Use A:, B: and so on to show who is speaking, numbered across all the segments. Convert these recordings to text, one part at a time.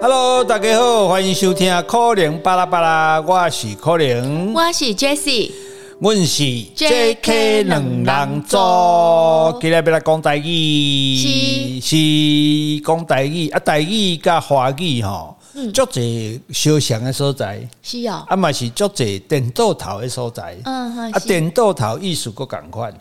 A: Hello，大家好，欢迎收听《可怜巴拉巴拉》，我是可怜，
B: 我是 Jessie，
A: 阮是 JK 两人组
B: 组，
A: 今日要来讲台语，是讲台语啊，台语甲华语吼，足侪相像的所在，
B: 是哦，
A: 啊嘛是足侪颠倒头的所在，
B: 嗯哼
A: 啊
B: 是
A: 颠倒头意思佫共款，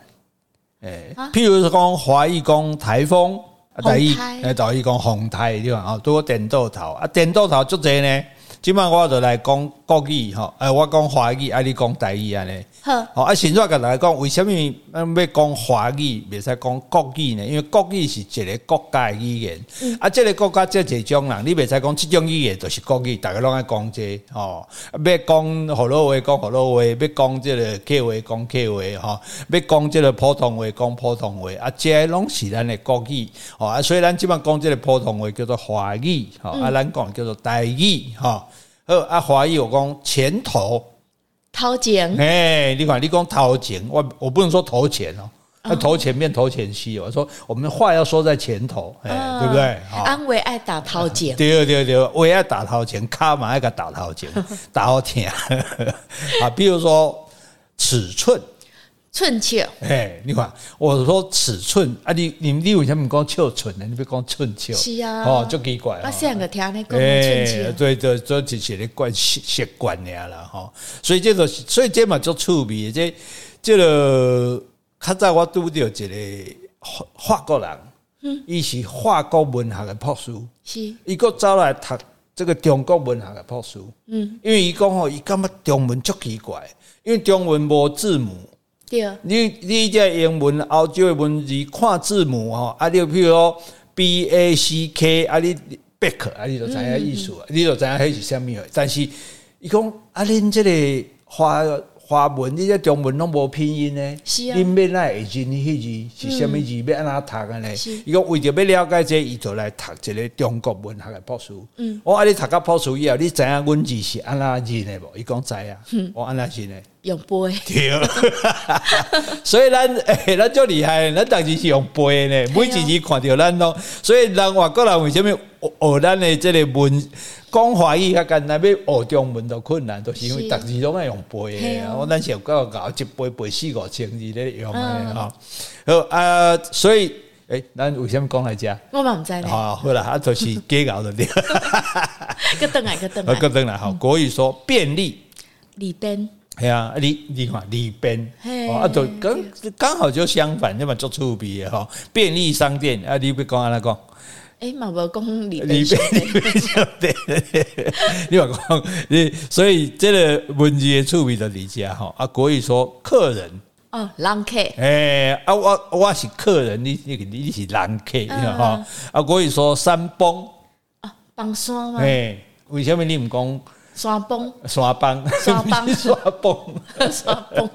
A: 诶
B: 啊，
A: 譬如说讲华语讲台风，啊
B: 风
A: 台语
B: 台
A: 诶台语讲风台对吧？啊，拄好颠倒头，啊颠倒头足侪呢，即摆我就来讲国语吼，诶，我讲华语，啊你讲台语安尼。
B: 好，
A: 吼啊，先煞甲大家讲，为什物咱要讲华语，袂使讲国语呢？因为国语是一个国家的语言，啊，即、个国家即一种人，你袂使讲即种语言就是国语，逐个拢爱讲这吼、啊要讲河洛话讲河洛话，要讲即个客话讲客话吼、要讲即个普通话讲普通话，啊，这拢是咱的国语吼、啊，所以咱即摆讲即个普通话叫做华语，吼、啊，咱讲叫做台语，吼、好啊，华语有讲前头。
B: 头前
A: 哎、你看，你讲投钱，我我不能说投钱哦，那投钱变投钱西哦。我说我们话要说在前头，哎、
B: 嗯
A: 对不对？好、
B: 安慰爱打头前，
A: 对对对，我也要打头前，卡嘛要给打头 前，打好听 啊。比如说尺寸，
B: 寸尺
A: 哎、你看，我说尺寸啊，你你你为什么讲尺寸呢？你别讲寸尺，
B: 是啊
A: 哦，就奇怪、哦。
B: 我上个听你讲
A: 哎，
B: 寸尺，
A: 对对，这就是咧惯习习惯尔啦吼，所以这就是，所以这嘛足趣味的，这这个较早我拄着一个法法国人，伊、是法国文学的博士，
B: 是，
A: 伊个走来读这个中国文学的博士，嗯，因为伊讲吼，伊感觉中文足奇怪，因为中文无字母。
B: 对，
A: 你你这英文澳洲的文字看字母吼，啊，你譬如说 B A C K 啊，你 back 啊，你就
B: 嗯
A: 知影意思，啊，你就知影迄是啥物了。但是伊讲啊，恁即个华华文，你这中文拢无拼音呢，
B: 是啊嗯
A: 恁要哪会真迄字是啥物字，要安怎读的呢
B: 是？
A: 伊讲为着要了解这伊就来读一个中国文学的博士。
B: 嗯
A: 我啊，你读到博士以后，你知影阮字是安那认的无？伊讲知啊，我安那认的。
B: 用杯，
A: 对，所以咱 诶、咱足厉害，咱当时是用背呢，
B: 哦
A: 每一日看到咱咯。所以人外国人为什么学咱的这个文讲华语较简单，要学中文都困难，都、是因为
B: 是
A: 当时拢爱用背
B: 嘿
A: 的。哦
B: 啊
A: 我咱是有够搞一背背四五千字咧用的
B: 嗯
A: 吼。好啊，所以诶、咱为什么讲来遮？
B: 我嘛唔知咧，
A: 啊，好啦，啊，就是假搞的对。
B: 个等来个等
A: 啊，
B: 来，
A: 个等 啦，好，国语说便利。
B: 里边
A: 系啊，啊你你看里边，
B: 嘿
A: 哦啊，就刚刚好就相反，那么做趣味的吼。便利商店啊，你别讲安那讲，
B: 哎嘛无讲里
A: 里
B: 边
A: 边里边商店， 你别讲，你所以这个文字的趣味就理解吼。啊，国语说客人，
B: 哦，人客
A: 诶、啊，我我是客人，你你你是人客，你
B: 嗯
A: 看吼、啊，国语说山崩，
B: 哦，帮山嘛
A: 诶、，为什么你唔讲
B: 山 崩，
A: 山崩？
B: 山 崩
A: 不是山 崩，
B: 山崩，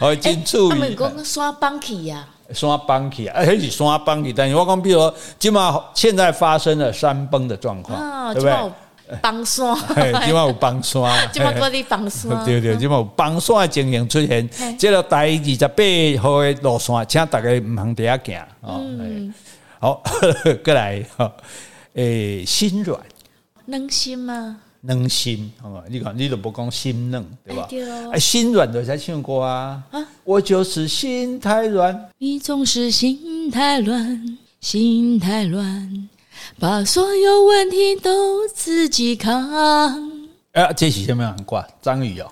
A: 哦，真趣
B: 他
A: 味。
B: 们讲山崩去呀，
A: 山崩起啊，迄是山崩起。但是我讲，比如说，即马现在发生了山崩的状况，
B: 哦，
A: 对
B: 即
A: 不
B: 有
A: 对？
B: 帮山，
A: 嘿，即马有崩山，
B: 即摆搁你帮 山，
A: 对对，即马有崩山的情形出现
B: 嘿。
A: 即个台二十八号的路线，请大家毋通伫遐行哦。
B: 嗯
A: 嘿好， 过来，吼诶，心软
B: 软心啊嘛，
A: 软心，哦你看你都无讲心软，对吧
B: 哎对哦？
A: 啊，心软就在唱歌啊，我就是心太软。
B: 你总是心太乱，心太乱，把所有问题都自己扛。
A: 啊，这是什么样的歌？张宇哦。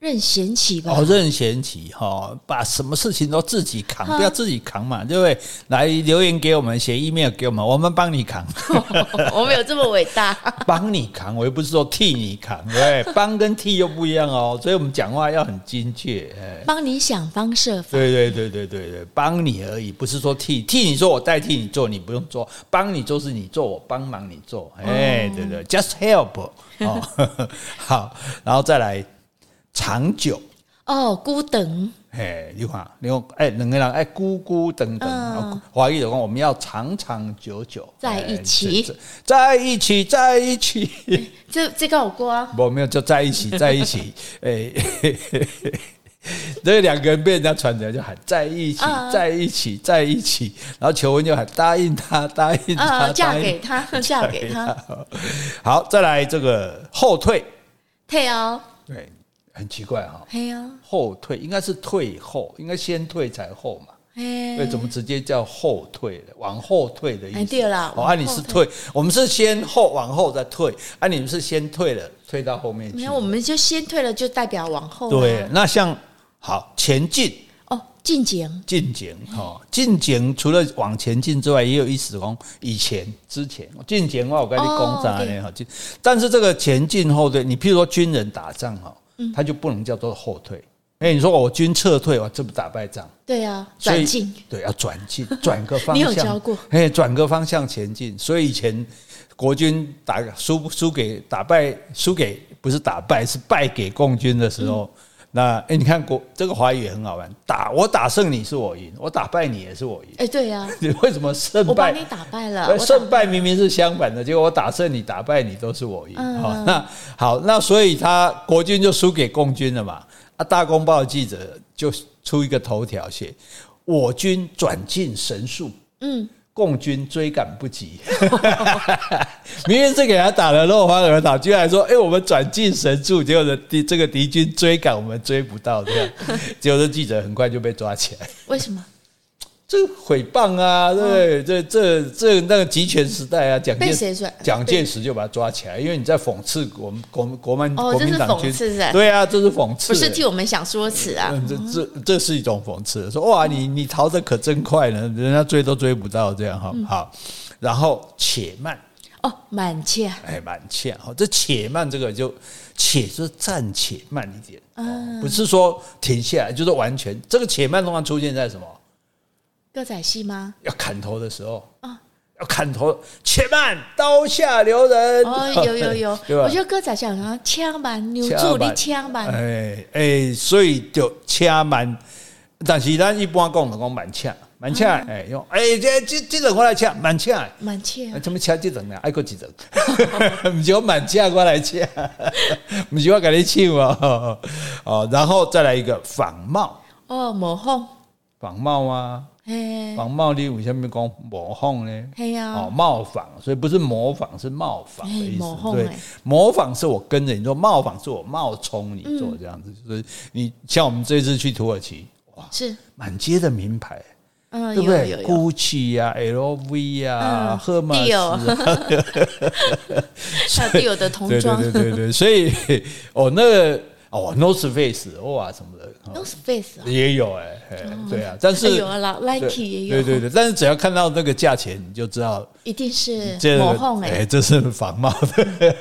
B: 任贤齐吧，
A: 哦，任贤齐哈，把什么事情都自己扛，不要自己扛嘛，对不对？来留言给我们，写 email 给我们，我们帮你扛，
B: 我没有这么伟大。
A: 帮你扛，我又不是说替你扛，对不对？帮跟替又不一样哦，所以我们讲话要很精确，哎，
B: 帮你想方设法，
A: 对对对对对对，帮你而已，不是说替替你做，我代替你做，你不用做，帮你做是你做，我帮忙你做，哎，对对，just help 哦， 好，然后再来长久。
B: 哦，孤等
A: 嘿，你看，你看，哎、两个人哎，孤孤等等，
B: 嗯
A: 华语就讲我们要长长久久
B: 在一
A: 哎
B: 起，
A: 在在一起，在一起，
B: 这这个我歌 啊，
A: 我没有就在一起，在一起，哎、所以两个人被人家传承就喊在一起
B: 嗯，
A: 在一起，在一起。然后求婚就喊答应他，答应他，
B: 呃，嫁
A: 答应
B: 给他，嫁给他，。
A: 好，再来这个后退，
B: 退哦，
A: 对，很奇怪哈、
B: 嘿哦，
A: 后退应该是退后，应该先退才后嘛。
B: 嘿，哦
A: 哎对，怎么直接叫后退了？往后退的意
B: 哎
A: 思。
B: 对啦
A: 哦，
B: 往
A: 啊，你
B: 后
A: 是
B: 退
A: 退，我们是先后往后再退，啊，你们是先退了，退到后面去。
B: 没有，我们就先退了，就代表往后啊。
A: 对，那像好前进。
B: 哦，进前
A: 进前哈，进前除了往前进之外，也有意思讲以前、之前。进前话我跟你
B: 哦
A: 讲啥呢？哈、进但是这个前进后退，你譬如说军人打仗哈，
B: 嗯
A: 他就不能叫做后退。哎、你说我军撤退，我这不打败仗？
B: 对啊，
A: 所以
B: 转进
A: 对，要转进， 转个方向。
B: 你有教过？
A: 哎，转个方向前进。所以以前国军打输输给打败输给不是打败是败给共军的时
B: 嗯
A: 候，那哎，你看国这个华语也很好玩，打我打胜你是我赢，我打败你也是我赢。
B: 哎，对啊，
A: 你为什么胜
B: 我把
A: 败
B: 你打败了，
A: 呃
B: 我打
A: 胜败明明是相反的，结果我打胜你，打败你都是我赢。
B: 嗯
A: 好、那好，那所以他国军就输给共军了嘛。啊，大公报记者就出一个头条写：我军转进神速，
B: 嗯，
A: 共军追赶不 及。 明明是给他打得落荒而逃，居然还说：“哎、我们转进神速，结果敌这个敌军追赶，我们追不到。”这样，结果这记者很快就被抓起来。
B: 为什么？
A: 这诽谤啊，对不对？这这这那个集权时代啊，蒋
B: 嗯被
A: 介
B: 谁抓
A: 蒋介石就把他抓起来，因为你在讽刺我们国国民
B: 哦
A: 国民党
B: 这是讽
A: 军
B: 刺是吧，
A: 对啊，这是讽刺，
B: 不是替我们想说辞啊？
A: 嗯，这这这是一种讽刺，说哇，你你逃得可真快呢，人家追都追不到，这样哈
B: 嗯
A: 好，然后且慢，
B: 哦，满切，
A: 哎，蛮欠哈。这且慢这个就且是暂且慢一点，
B: 嗯
A: 哦不是说停下来，就是完全这个且慢通常出现在什么？
B: 歌仔 戏吗？
A: 要砍头的时候
B: 啊
A: 要砍头，且慢，刀下留人。
B: 哦，有有有，
A: 对吧
B: 我觉得歌仔戏好像枪版扭
A: 掐
B: 住
A: 板
B: 你枪版，
A: 哎哎，所以就请慢，但是咱一般讲就讲慢请，慢请，
B: 嗯
A: 哎用哎这这这种我来请，慢请。
B: 满切
A: 啊，怎么请这种呢？爱过几种？ 唔是我满请我来 请，唔是我给你请哦。哦，然后再来一个仿冒，
B: 哦，模仿，
A: 仿冒啊，
B: 嘿，
A: 仿冒你为什么讲模仿呢？
B: 嘿呀
A: 哦，，冒仿，所以不是模仿，是冒仿的意
B: 哎
A: 思。
B: 模仿
A: 对
B: 哎，
A: 模仿是我跟着你做，冒仿是我冒充你做
B: 嗯
A: 这样子。就是你像我们这次去土耳其，哇，
B: 是，
A: 满街的名牌，
B: 嗯，
A: 对不
B: 有有
A: 对
B: 有，
A: ？GUCCI 呀、LV 呀、
B: 嗯
A: 赫马斯啊
B: 还有队友的童
A: 对对
B: 装
A: 对对对，所以 哦，那个哦，North Face 哇什么的、哦
B: ，no space 啊，
A: 也有哎、哎对啊，但是、
B: 有啊，老哦 Nike
A: 对
B: 也有，
A: 对对对，但是只要看到那个价钱，你就知道
B: 一定是
A: 这
B: 模仿哎，
A: 这是仿冒的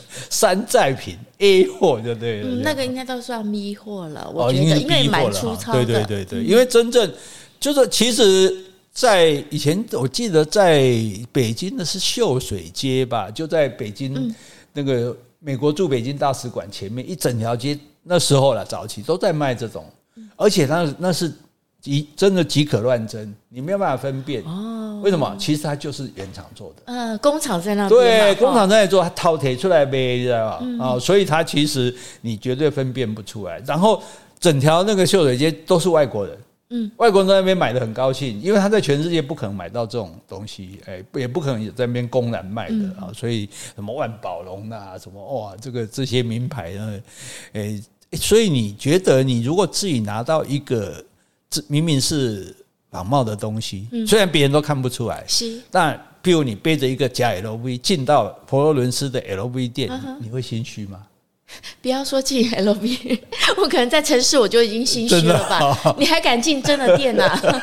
A: 山寨品 A 货，就对了。
B: 嗯，
A: 这样
B: 那个应该都算迷惑了，
A: 哦，
B: 我觉
A: 因
B: 得
A: 为
B: 因为
A: B 货
B: 蛮
A: 了
B: 粗
A: 哈，
B: 糙
A: 对
B: 的，嗯
A: 对对对，因为真正就是其实。在以前，我记得在北京的是秀水街吧，就在北
B: 嗯
A: 京那个美国驻北京大使馆前面一整条街。那时候了，早期都在卖这种，
B: 嗯
A: 而且那那是极真的极可乱真，你没有办法分辨。
B: 哦，
A: 为什么？其实它就是原厂做的。
B: 嗯，工厂在那边嘛，哦嗯
A: 对，
B: 哈
A: 工厂在做，它淘铁出来呗，知道吧？啊、所以它其实你绝对分辨不出来。然后整条那个秀水街都是外国人，
B: 嗯，
A: 外国人在那边买的很高兴，因为他在全世界不可能买到这种东西，哎，也不可能在那边公然卖的
B: 嗯
A: 啊、所以什么万宝龙啊，什么哇，这个这些名牌呢，哎，所以你觉得你如果自己拿到一个，这明明是仿冒的东西，
B: 嗯
A: 虽然别人都看不出来，
B: 是
A: 那譬如你背着一个假 LV 进到佛罗伦斯的 LV 店，
B: 嗯
A: 你会心虚吗？
B: 不要说进 LV，我 可能在城市我就已经心虚了
A: 真的
B: 吧
A: 啊？
B: 你还敢进真的店啊 呐、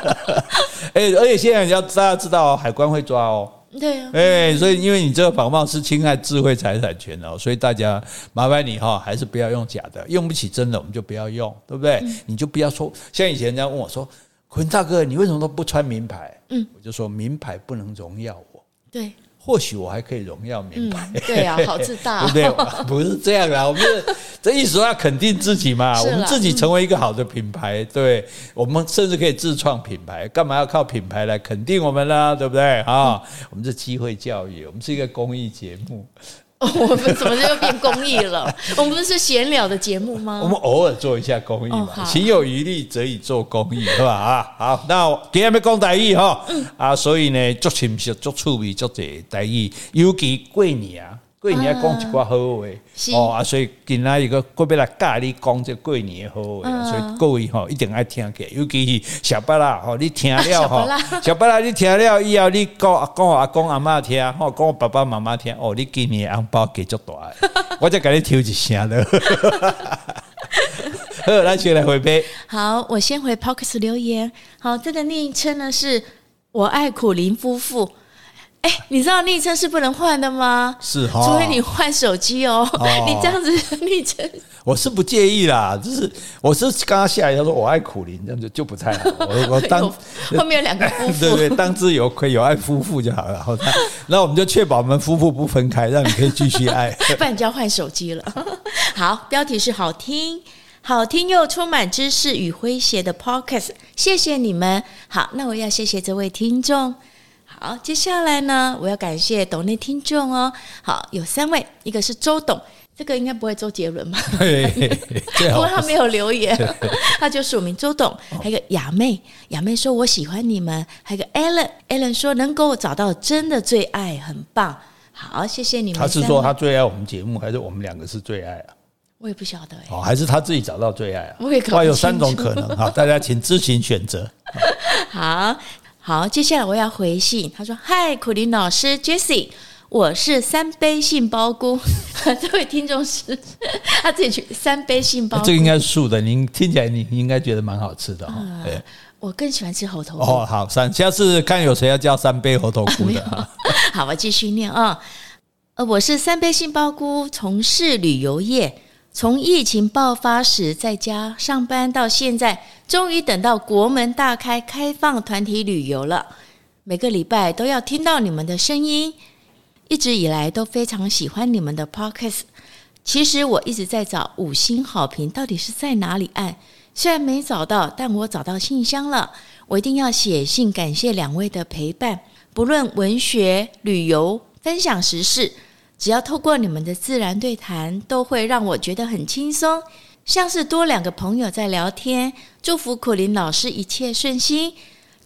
A: 哎、而且现在你要大家知道、哦，海关会抓哦。
B: 对啊，
A: 哎、所以因为你这个仿冒是侵害智慧财产权哦，所以大家麻烦你哈、还是不要用假的，用不起真的我们就不要用，对不对？
B: 嗯
A: 你就不要说，像以前人家问我说，坤大哥，你为什么都不穿名牌？
B: 嗯，
A: 我就说名牌不能荣耀我，
B: 对，
A: 或许我还可以荣耀名
B: 嗯
A: 牌。，
B: 对啊，好自大、
A: 对不对？不是这样啦，啊我们是这意思要肯定自己嘛，
B: 是
A: 我
B: 啦
A: 们自己成为一个好的品牌，对我们甚至可以自创品牌，干嘛要靠品牌来肯定我们啦？对不对啊？我们是机会教育，我们是一个公益节目。
B: 哦 我们怎么就变公益 了？我们不是闲聊的节目
A: 我
B: 吗？
A: 们偶尔做一下公益
B: 哦
A: 嘛，
B: 好
A: 行有余力则以做公益，是吧？啊，好，那今天要讲台语哈，
B: 嗯
A: 啊，所以呢，足亲切、足趣味、足侪台语，尤其过年啊，过年要讲一寡好话
B: 是，
A: 哦啊，所以今仔一个过要来教你讲这过年的好话，
B: 嗯
A: 所以各位吼一定爱听起来，尤其是啊小巴啦，吼，你听了吼
B: 啊小巴啦，
A: 小巴啦，你听了以后，你讲讲阿公阿嬷听，吼，讲爸爸妈妈听，哦，你今年的红包给足大的， 我再给你抽一声了。 好，咱先来回杯。
B: 好，我先回 Pockets 留言。好，这个昵称呢是“我爱苦林夫妇”。哎，你知道昵称是不能换的吗？
A: 是哦哈
B: 除非你换手机哦。 你这样子昵称
A: 我是不介意啦，就是我是刚刚下来，他说我爱苦林，这样就就不太好。我 我当
B: 有后 面有两个夫
A: 对
B: 妇，
A: 对，当之有愧，有爱夫妇就好了。好，那那我们就确保我们夫妇不分开，让你可以继续 爱。
B: 不然就要换手机了。 好，标题是好听。好听又充满知识与诙谐的 Podcast，谢谢你们。好，那我要谢谢这位听众。好，接下来呢，我要感谢抖内听众哦。好，有三位，一个是周董，这个应该不会周杰伦吧？
A: 嘿嘿嘿最
B: 不
A: 好
B: 过他没有 留言，他就署名周董。还有一个雅妹，雅妹说我喜欢你们。还有一个 Allen，Allen 说能够找到真的最爱，很棒。好，谢谢你们。
A: 他是说他，最爱我们节目，还是我们两个是最爱啊？
B: 我也不晓得哎、
A: 哦，还是他自己找到最爱啊？
B: 我也搞不
A: 哇，有
B: 清
A: 三种
B: 楚
A: 可能哈，好大家请自行选择。
B: 好好，接下来我要回信。他说：“嗨，苦林老师 Jessie，我是三杯杏鲍菇。” 这位听众是 他自己取三杯杏鲍菇
A: 哎啊这个。应该是素的，您听起来你应该觉得蛮好吃的哈。
B: 啊
A: 对，
B: 我更喜欢吃猴头菇。
A: 哦，好，三，下次看有谁要叫三杯猴头 菇的啊。
B: 好，我继续念啊、呃，我是三杯杏鲍菇，从事旅游业。从疫情爆发时在家上班到现在，终于等到国门大开，开放团体旅游了。每个礼拜都要听到你们的声音，一直以来都非常喜欢你们的 podcast。其实我一直在找五星好评到底是在哪里按，虽然没找到，但我找到信箱了。我一定要写信感谢两位的陪伴，不论文学、旅游、分享时事，只要透过你们的自然对谈，都会让我觉得很轻松，像是多两个朋友在聊天。祝福苦林老师一切顺心。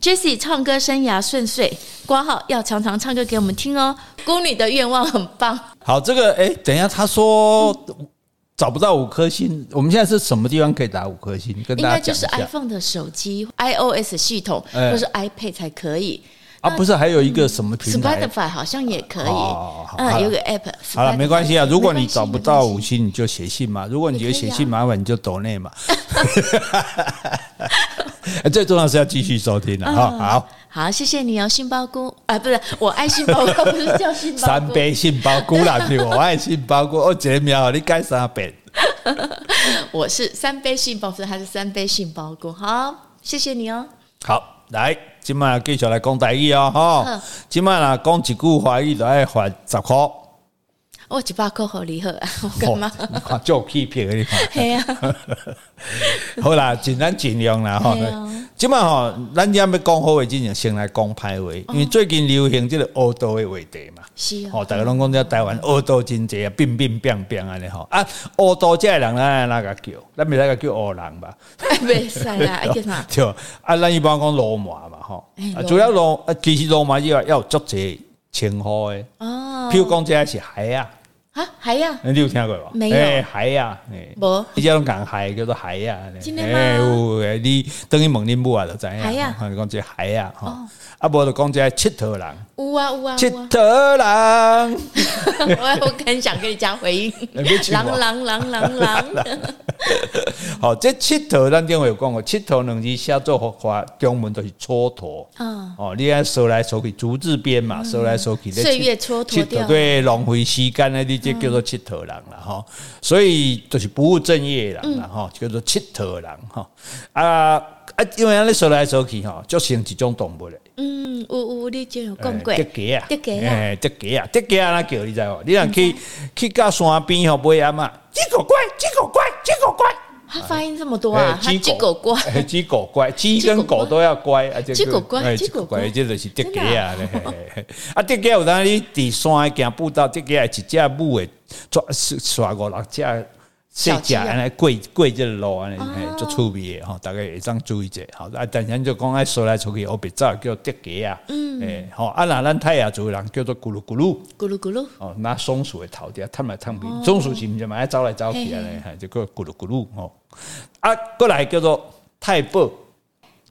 B: Jessie 唱歌生涯顺遂，挂号要常常唱歌给我们听哦。宫女的愿望很棒，
A: 好，这个哎、等一下，他说找不到五颗星，我们现在是什么地方可以打五颗星？跟
B: 应
A: 大家
B: 该
A: 讲
B: 就
A: 一
B: 是
A: 下
B: iPhone 的手机、iOS 系统
A: 哎
B: 或是 iPad 才可以。
A: 啊，不是还有一个什么平台？
B: 呃 Spotify 好像也可以，
A: 哦好好
B: 嗯，
A: 了
B: 有个 App。
A: 好了，没关系啊。如果你找不到五
B: 没关系，
A: 星，你就写信嘛。如果你觉得写
B: 也可以
A: 信
B: 啊
A: 麻烦，你就抖内嘛。 最重要是要继续收听了哈。好，
B: 好，谢谢你哦，杏鲍菇啊，不是我爱杏鲍菇，不是叫杏鲍菇。
A: 三杯杏鲍菇啦，是我爱杏鲍菇。哦，姐苗，你改三遍。
B: 我是三杯杏鲍菇，还是三杯杏鲍菇？好，谢谢你哦。
A: 好，来，今麦继续来讲台语哦，哈
B: 好。
A: 今麦啦，讲一句华语就要还十块。
B: 我一百块好离合，啊我干嘛？
A: 哦你看，就欺骗你看。
B: 嘿 呀，
A: 好啦，尽咱尽量 啦吼
B: 对啊。
A: 即摆吼，咱要要讲好话之前，先来讲歹话，因为最近流行即个黑道的话题嘛。
B: 哦是
A: 吼，
B: 哦，
A: 大家拢讲这台湾黑道真济啊，病病病病安尼吼啊，黑道这个人咱哪个叫？咱袂使甲叫黑人吧？
B: 哎，袂使啦，一点嘛，
A: 对，啊，咱一般讲罗马嘛吼
B: 哎，
A: 啊
B: 罗马
A: 主要罗啊，其实罗马以外要有足济称呼的，
B: 哦，
A: 譬如讲这个是海啊，
B: 啊，还呀，
A: 你有听过无？
B: 没有
A: 哎海啊，哎
B: 无
A: 你家拢讲海叫做海呀、啊，
B: 真的吗
A: 哎有诶，你等于问恁母啊，就知影。
B: 海啊
A: 讲这海呀、吼、啊无就讲这佚佗人，
B: 有啊有啊
A: 佚
B: 有啊，
A: 佗人，
B: 我我很想跟你加回应，
A: 哎别气我
B: 狼狼狼狼狼，
A: 吼、这佚佗咱顶回有讲过，佚佗两字写作佛法，中文都是蹉跎。
B: 嗯，
A: 哦，你爱收来收去，竹字边嘛，收来收去，
B: 岁月蹉跎
A: 佚佗
B: 掉了嗯
A: 对，浪费时间呢，你这叫做佚佗人啦吼。所以就是不务正业人
B: 嗯
A: 啦吼，叫做佚佗人吼。啊啊，因为安尼收来收去吼，就成一种动物嘞，
B: 嗯，有有，你就有讲过
A: 哎，竹鸡啊，
B: 竹鸡啊嗯
A: 哎，竹鸡啊，竹鸡啊，那叫你知无？你若去去到山边吼，买阿嘛，这个怪，这个怪，这个怪，
B: 它发音这么多啊，它
A: 哎
B: 鸡狗乖，
A: 哎鸡狗 乖，鸡跟狗都要乖，啊，这个
B: 鸡狗乖
A: 哎
B: 鸡
A: 鸡
B: 狗
A: 狗
B: 乖
A: 乖，这就是德
B: 真
A: 鸡
B: 的
A: 啊
B: 啊，
A: 嘿嘿嘿啊，德鸡有当你伫山行步道，德鸡一只母的抓抓五六只。细
B: 小
A: 只
B: 鸡啊
A: 安尼过过这个路安尼，嘿
B: 哦，
A: 足趣味的吼，大家会当注意者。吼，啊，但是咱就讲爱说来说去，我别早叫德鸡啊，嗯，诶，吼，啊，若咱泰雅族的人叫做咕噜咕噜，
B: 咕噜咕噜，
A: 哦，拿松鼠的头底下啊探来探去，
B: 哦
A: 松鼠是毋是嘛爱走来走去安尼，嘿就叫咕噜咕噜吼。啊，过来叫做太
B: 哦
A: 保，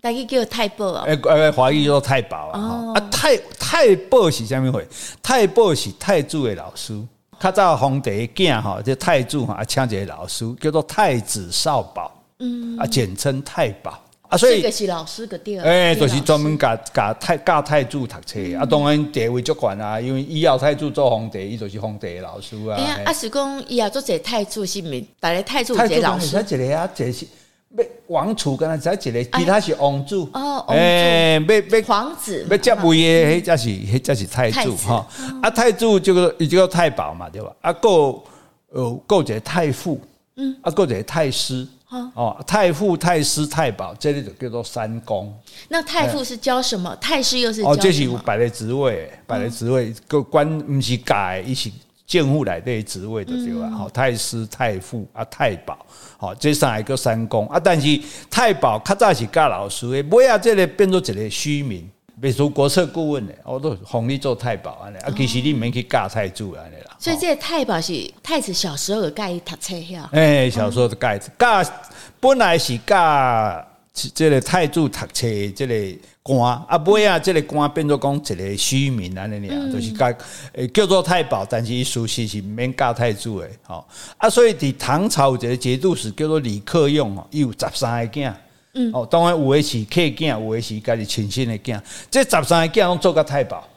B: 大家叫太保哦，
A: 诶诶，华语叫做太保啊。吼啊，太太保是啥物货？太保是太子的老师，较早皇帝的囝吼，这太子吼，啊，请一个老师叫做太子少保，嗯，啊，简称太保啊，所
B: 这
A: 以
B: 个。是老师个第二，
A: 诶、
B: 这
A: 就
B: 个老
A: 是
B: 师嗯
A: 专门教教太教太子读册、啊，当然地位足悬啊，因为以后太子做皇帝，伊就是皇帝的老师啊。
B: 哎呀
A: 嘿，
B: 啊是讲伊也做者太子是毋是？逐个太子有
A: 太
B: 一
A: 子
B: 个老
A: 老
B: 师
A: 师，一个啊，一个是要王储，敢若只一个，其他是王子。
B: 哎哦王子
A: 诶，要要
B: 皇子，
A: 要接位的，迄才是迄才是太
B: 太
A: 子
B: 子
A: 吼。啊，太子这个伊叫太保嘛，对吧？啊，够呃够一个太傅，嗯，啊够一个太师，哦，太傅、太师、太保，这里就叫做三公。
B: 那太傅是教什么？太师又是
A: 哦，
B: 教嗯
A: 这是
B: 什
A: 有
B: 么？
A: 百个职位，百个职位，个官毋是改，伊是政府内底的职位就对
B: 嗯
A: 啊。吼、太师、太傅啊、太保，吼、这三个叫三公啊。但是太保较早是教老师的，尾啊，这个变做一个虚名，秘书国策顾问的，我都封你做太保安尼。啊，其实你毋免去教太子安尼啦。
B: 所以
A: 吼
B: 这个太保是太子小时候有教伊读册遐，
A: 哎、小说的盖子，教本来是教这个太子读册的这个官，啊，尾啊，这个官变做讲一个虚名安尼
B: 嗯
A: 尔，就是教诶叫做太保，但是伊事实是毋免教太子的，吼、啊，所以伫唐朝有一个节度使叫做李克用吼，伊有十三个囝。嗯，哦，当然有的是客囝，有的是家己亲生的囝，这十三个囝拢做个太保，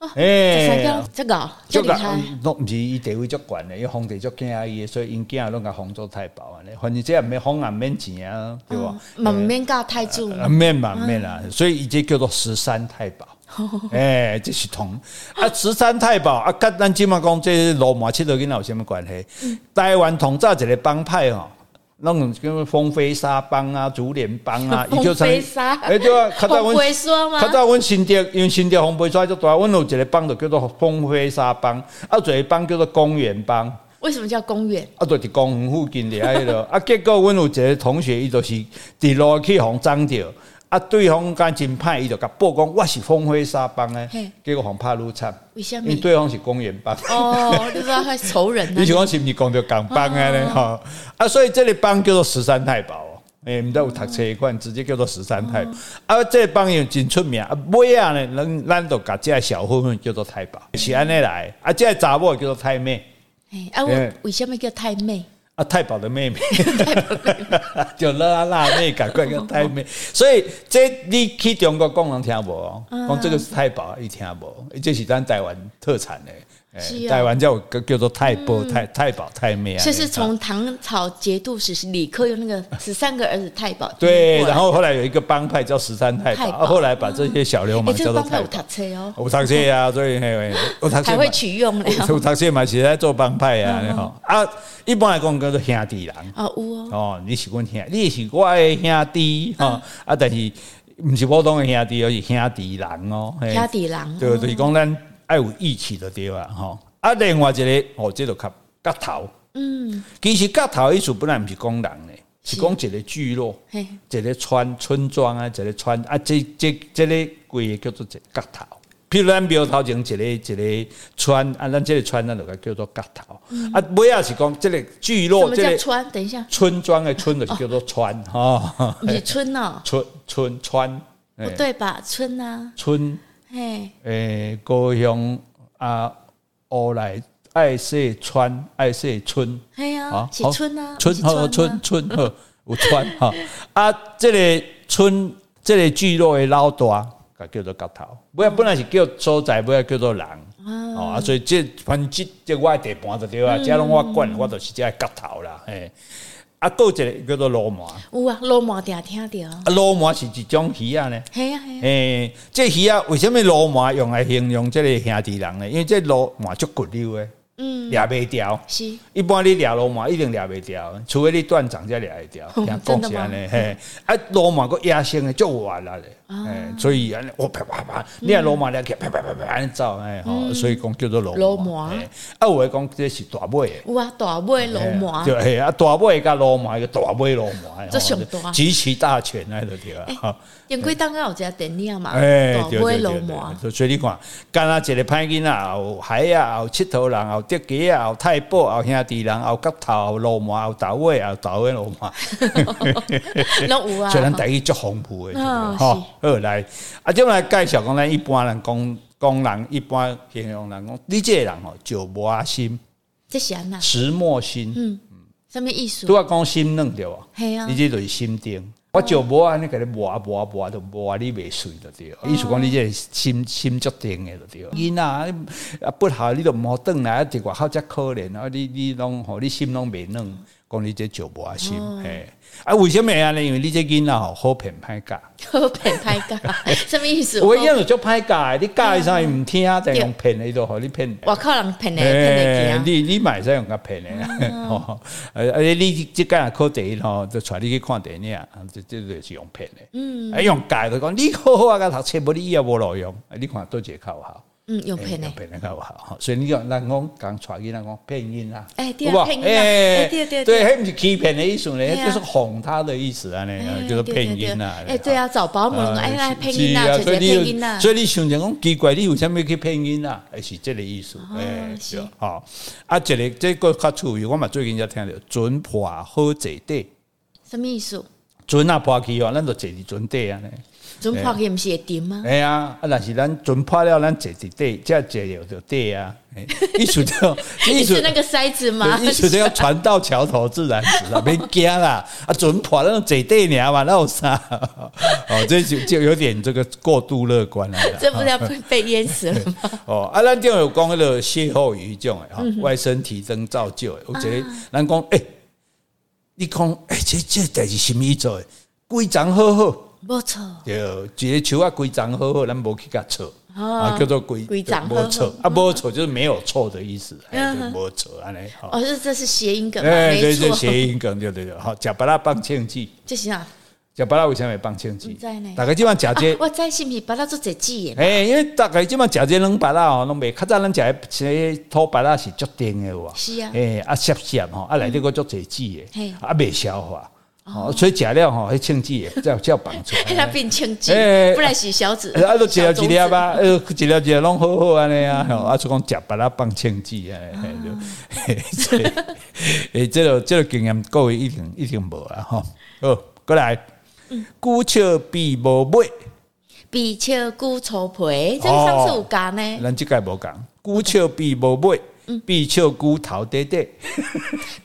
B: 这
A: 哎
B: 哦三个这个哦这
A: 就哎
B: 厉
A: 甲
B: 害，
A: 拢毋是伊地位足悬的，伊皇帝足惊伊的，所以因囝拢甲封做太保安尼。反正这也免封也免钱啊，对吧？
B: 嘛毋免嗯教太子嘛
A: 啊，免嘛免啦，所以伊这叫做十三太 保。
B: 哦
A: 哎、这是同啊，十三太保啊，甲咱即嘛讲这罗马七道跟有什么关系？
B: 嗯
A: 台湾统治一个帮派吼。那种叫做风飞沙帮啊、竹联帮 啊，伊叫啥
B: 风飞沙
A: 哎、对 啊，较早阮
B: 风飞沙吗
A: 较早阮新竹，因为新竹风飞沙足大，阮有一个帮就叫做风飞沙帮，啊，有一个帮叫做公园帮。
B: 为什么叫公园？
A: 啊，就伫公园附近伫遐迄 落。啊，结果阮有一个同学，伊就是伫路去互撞着，啊，对方敢真歹，伊就甲报讲我是风灰沙帮
B: 嘿
A: 诶，结果互拍愈惨，
B: 为什
A: 因
B: 么
A: 为？对方是公园帮。
B: 哦，你知道他是仇人啊
A: 你
B: 呢
A: 想？讲是毋是讲着共帮安
B: 哦
A: 尼吼？啊，所以这个帮叫做十三太保哦。诶，毋知有读册的款，直接叫做十三太
B: 哦
A: 保。啊，这个帮又真出名。啊，尾啊呢，咱咱就甲这个小混混叫做太保，是安尼来的。啊，这个查某叫做太妹，
B: 哎，啊，
A: 哎
B: 我为什么叫太妹？
A: 啊，太保的妹 妹，就辣辣妹，赶快叫太妹。所以这你去中国讲人听无哦？讲这个是太保，伊听无，这是咱台湾特产的。哎
B: 是啊
A: 台湾叫叫做太保、太太保、太妹啊。
B: 所以是从唐朝节度使是李克用那个十三个儿子太保
A: 对，
B: 过来哎
A: 然后后来有一个帮派叫十三太保，
B: 太保
A: 啊后来把这些小流
B: 哎，
A: 氓
B: 这
A: 叫
B: 个
A: 做
B: 帮派
A: 太
B: 有
A: 保
B: 读。册哦，
A: 有读册啊，所以嘿，嘿有读册
B: 还
A: 嘛
B: 会取用了
A: 有读册嘛，是在做帮派啊，
B: 嗯
A: 你吼啊，一般来讲叫做兄弟人。
B: 哦，有哦，
A: 哦，你是阮兄，你是我的兄弟
B: 嗯
A: 吼、啊，但是毋是普通的兄弟，而是兄弟人哦，嘿
B: 兄弟人
A: 对，就是讲咱爱有义气就对啊，吼、啊，另外一个哦，这就较角头，嗯，其实角头的意思本来毋是讲人咧，是
B: 是
A: 讲一个聚落，
B: 嘿，
A: 一个村村庄啊，一个村啊，这这这个规个叫做一个角头。譬如咱庙头前一个一个村啊，咱这个村咱就叫做角头。啊，尾也是讲这个聚
B: 嗯什
A: 落，
B: 么
A: 这哎
B: 叫
A: 个
B: 川？等一下，
A: 村庄的村就是叫做川
B: 哦
A: 哈，
B: 不是村哦，
A: 村村川，
B: 不
A: 诶，
B: 哦对吧？村啊，
A: 村
B: 嘿，
A: 诶，高雄啊，乌来爱说川，爱说村
B: 嘿啊，是
A: 好
B: 村啊，
A: 村
B: 是
A: 好
B: 村啊
A: 村，村好有川哈啊，这个村这个聚落的老大，甲叫做角头，尾仔本来是叫所在，尾仔叫做人。哦，啊，所以这反正这这我的地盘就对啊，
B: 嗯
A: 这拢我管，我就是这个角头啦，嘿。啊，还有一个叫做罗马，
B: 有啊，罗马定听到，
A: 啊，罗马是一种鱼啊呢。
B: 嘿啊嘿啊，
A: 诶、这鱼啊，为什么罗马用来形容这个兄弟人呢？因为这罗马足骨溜的，嗯，掠袂掉。
B: 是
A: 一般你掠罗马一定掠袂掉，除非你断掌才掠会掉。
B: 嗯
A: 听讲
B: 真的
A: 是
B: 吗啊
A: 安尼，嘿，啊，罗马个野生的足有力啦嘞，嘿所以安尼，我啪啪啪，你若罗马掠起来啪啪啪啪安尼走，哎
B: 嗯
A: 吼，所以讲叫做罗
B: 罗
A: 马。
B: 马
A: 嘿啊，有诶讲这是大尾的。
B: 有啊，大尾龙
A: 嘿
B: 麻。
A: 对，嘿啊，大尾甲罗马个大尾罗马，
B: 这
A: 吼
B: 上大哎
A: 极其大权来就对啊。吼
B: 因为当刚有一个电影嘛，
A: 哎，
B: 大
A: 对
B: 尾
A: 对
B: 龙
A: 对
B: 麻。
A: 对，所以你看，干阿一个歹囡仔，有海啊，有佚佗人，有德基啊，有太保，有兄弟人，有角头，有罗马，有大尾，啊有大尾罗马，
B: 拢有啊
A: 所以。咱第一足丰富的，对
B: 哦
A: 不对吼。好来，啊，即来介绍讲咱一般人讲讲人，一般形容人讲，你这个人吼，就无啊心，
B: 这是安那，
A: 石墨心，
B: 什么意思
A: 拄？啊讲心软对无？
B: 系啊
A: 你，这就是心定。我就无安尼甲你磨啊磨磨，就磨你袂碎就对了。意思讲你这是心心足定的就对了。囡仔啊不好，你都毋好转来，啊伫外口遮可怜啊！你你拢吼，你心拢袂软，讲你这就无啊心嘿。啊，为什么安尼？因为你这囡仔吼好骗歹教，
B: 好骗拍 噶，什么意思？
A: 我囡仔就歹教的，你教伊啥伊毋听，但用骗的伊都互你骗。
B: 外口人骗啊的
A: 诶，
B: 骗的惊。
A: 你你买使用较便宜，吼，而而且你即间考第一吼，就带你去看电影，啊这这就是用骗的，嗯，啊用假就讲你好好啊，甲读册，无你以后无路用，啊你看倒一个较有效，
B: 嗯，有骗
A: 诶
B: 的
A: 用。骗的较有效，吼所以你讲咱讲讲带囡仔讲骗囡啊，
B: 哎对啊
A: 有无
B: 骗囡仔
A: 哎
B: 哎对对对
A: 对，迄毋是欺骗的意思
B: 对
A: 呢，
B: 啊
A: 就是哄他的意思安尼，啊就是骗囡啊，
B: 哎，对啊，找保姆，
A: 啊
B: 哎哎，
A: 是
B: 骗
A: 是
B: 囡
A: 啊
B: 仔，姐姐
A: 所以
B: 骗
A: 你
B: 囡
A: 有
B: 仔。
A: 所以你想着讲奇怪，你为什么去骗囡仔？还啊哎是这个意思？
B: 哦
A: 哎，
B: 是
A: 对吼，啊，这个这个较趣味，我嘛最近才听着，船破好坐底，
B: 什么意思？
A: 船啊破去哦，咱就坐伫船底安尼。
B: 准破去不是会沉吗？
A: 哎呀，啊，但是咱船破了，咱坐伫底，这坐了就底啊。 哎意思就哎
B: 你
A: 意
B: 是
A: 思
B: 那。个塞子吗？
A: 对意思就要船到桥头自然直啦，别惊啦，啊，船破那种坐底尔嘛，那有啥？ 哦，这就就有点这个过度乐观了啦。
B: 这不是要
A: 啊
B: 被被淹死了吗？
A: 哦，啊，咱顶有讲迄个歇后语这种诶，
B: 嗯
A: 哈、外身提升造就诶，有一个
B: 啊
A: 咱讲，诶、你讲，诶、这这代志什么意思诶？规章好好，
B: 没错，
A: 对，一个树啊，规章好好，咱无去甲错。
B: 哦
A: 啊，叫做规
B: 规章好好嗯
A: 无错啊，无错就是没有错的意思，哎，就无错安尼。吼
B: 哦，这这是谐音梗嘛，
A: 哎，
B: 没
A: 对对，
B: 错，
A: 谐音梗，对对对，好，食巴拉放庆记，
B: 这是啊。
A: 食巴拉为什么会放庆记
B: 不知道呢？
A: 大概即晚食
B: 啊
A: 这，
B: 我知是不是把它做一季的？
A: 哎、因为大概即满食这软白啦吼，拢袂较早咱食的这土白啦是足定的有无？
B: 是啊嗯
A: 哎、啊涩涩吼，啊内底个足济籽
B: 嘿
A: 的，啊袂消化，哦，所以食了吼，迄清剂 也才有才有放出
B: 它
A: 来。
B: 变青季，
A: 哎
B: 不然是小子，
A: 啊，都一粒
B: 小种
A: 一
B: 子
A: 粒啊，呃，一粒一粒拢好好安尼啊，吼，啊，所以讲食白啦放清剂安
B: 哦
A: 尼，嘿就 嘿这诶，这个这个经验各位一定一定无啊吼，好，过来，
B: 嗯
A: 久笑比无买，
B: 比切菇臭皮，
A: 哦
B: 这个上次有讲呢，
A: 咱即届无讲，久笑比无买，
B: 嗯
A: 比笑久头短短。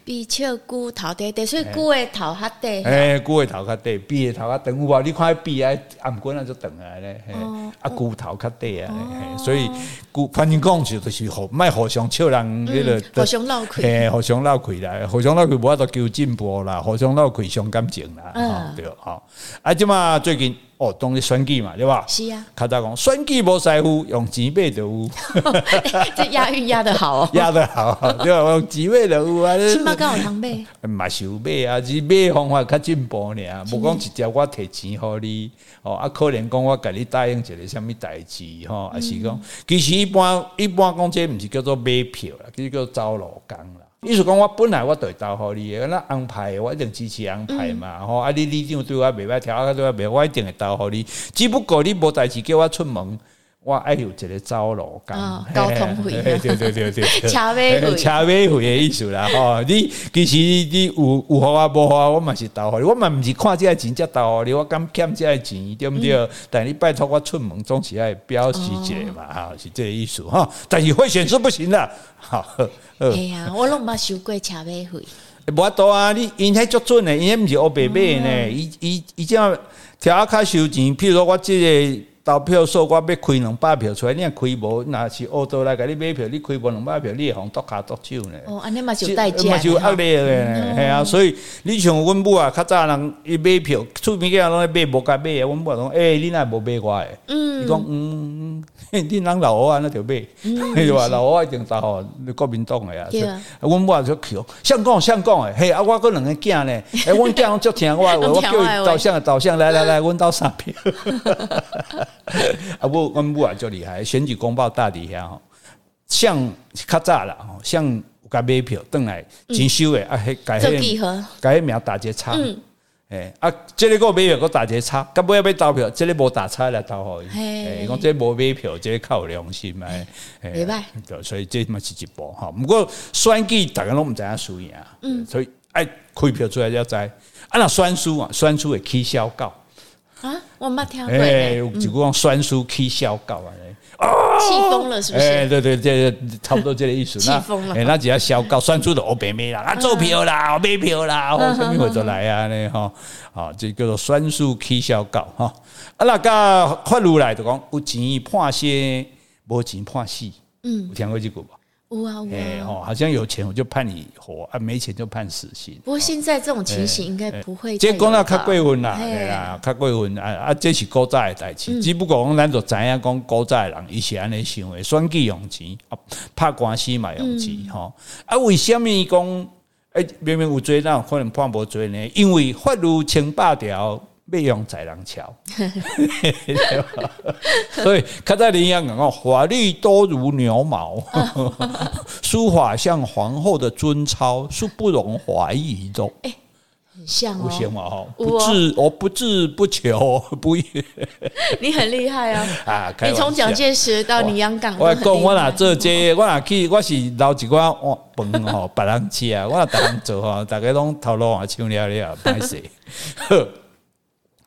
B: 比切菇头短短，所以菇的头较短，
A: 哎，骨的头较短，鼻的头较长，有无？你看迄鼻啊，颔管啊就长啊咧，嘿
B: 哦
A: 啊骨头较短啊咧，嘿所以骨反正讲就就是互莫互相笑人迄个，
B: 嗯互相闹开
A: 嘿，互相闹开啦，互相闹开无法度求进步啦，互相闹开伤感情啦，
B: 嗯
A: 吼对吼。啊，即嘛最近哦，当然选举嘛，对吧？
B: 是啊，
A: 较早讲选举无师傅，用钱买就有，
B: 这押韵押的好 哦。
A: 压得好，对吧？用钱买就有啊。
B: 起码敢有通买，
A: 嘛是有买啊，只是买的方法较进步尔，无讲直接我摕钱互你，哦啊，可能讲我甲你答应一个什物代志吼，还是讲，其实一般一般讲这毋是叫做买票啦，其实叫做走路工啦。意思讲，我本来我就会投互你的，那安排的我一定支持安排嘛。吼、啊，你你长对我袂歹，条啊对我袂，我一定会投互你。只不过你无代志叫我出门，我爱有一个走路工，
B: 哦交通费
A: 嘿嘿对对对对对，
B: 车尾费
A: 车尾费的意思啦，吼！你其实你有有好啊，无好啊，我嘛是投互你，我嘛毋是看这个钱才投互你，我敢欠这个钱对毋对？但你拜托我出门总是爱表示一下嘛，哈、是这个意思哈。但是会选是不行的，好，呃
B: 哎呀，我拢捌收过车尾费，
A: 无法度啊！你因迄足准的，因迄毋是黑白买的呢，伊伊伊这样条啊卡收钱，譬如说我即个投票数，我要开两百票出来，你若开无，若是黑倒来甲你买票，你开无两百票，你会互剁骹剁手呢。
B: 哦，安尼嘛是有代价
A: 嘛
B: 的
A: 是有压
B: 哈，
A: 力的，系啊，所以你像阮母啊，较早人伊欸买票，厝边个人拢咧买，无甲买的，阮母啊讲，诶，你若无买我诶，伊讲嗯， 恁人老欧安那就买， 对吧？老啊欧一定打吼国民党诶啊。
B: 嗯对啊
A: 所以阮某就去哦，相讲相讲诶，嘿啊，我个两个囝 呢，诶，阮囝拢足听我的话，
B: 拢
A: 我
B: 听
A: 叫
B: 我的话
A: 伊导向导向来来来，阮兜三票。 啊，我阮母啊足厉害，选举公报大底遐吼，像较早啦吼，像有甲买票转来真收诶，啊，迄改
B: 嗯做
A: 迄
B: 几何？
A: 改迄名打一个叉。
B: 嗯，
A: 诶、啊，即、个个买票，个打一个叉，到尾要投票，即、个无打叉来投互伊。
B: 嘿
A: 诶，讲即个无买票，即、个较有良心诶。
B: 袂歹
A: 对，所以这嘛是一步吼。毋过选举逐个拢毋知影输赢，嗯，所以爱开票出来才知。啊，若选输啊，选输会起痟狗。
B: 啊，我捌听过
A: 诶、
B: 呢，
A: 哎有一句讲选输起痟狗啊。尼
B: 哦气疯了是不
A: 诶、
B: 是？
A: 对对对，对差不多这个意 思。
B: 气
A: 那
B: 疯了嗯
A: 诶那只要小搞算出的欧北美啦，啊，做票啦，买票啦，哦，什么会就来啊呢？
B: 嗯
A: 吼，啊，这叫做算数起小搞吼。啊，那个法律来就讲有钱判些，无钱判死。
B: 嗯，
A: 有听过这句吧？
B: 有啊
A: 诶、
B: 有啊。
A: 哦，好像有钱我就判你活，啊，没钱就判死刑。
B: 不过现在这种情形应该不会再
A: 这
B: 有了
A: 哎
B: 吧。
A: 讲到较过分啦，
B: 嘿嗯
A: 对啦，较过分啊啊！这是古早的代志，只不过讲咱就知影讲古早的人伊是安尼想的，选举用钱，啊，拍官司嘛用钱
B: 嗯
A: 吼、啊，为什么讲诶明明有罪，咱有可能判无罪呢？因为法律千百条。要用在人 桥，所以较早你样讲哦，法律多如牛 毛，书法像皇后的尊抄，是不容怀疑的。
B: 很像
A: 不行
B: 哦，
A: 嘛吼，
B: 有
A: 不
B: 哦
A: 治我不治不求 不
B: 你很厉害啊！
A: 啊！开
B: 你
A: 玩
B: 从
A: 笑
B: 蒋介石到你杨港，
A: 我
B: 都很
A: 讲我
B: 厉
A: 若
B: 害
A: 做这个我若去，我是留一寡碗饭吼，别人吃啊，我若逐项做吼， 逐个拢头路啊，抢了了，歹势。 好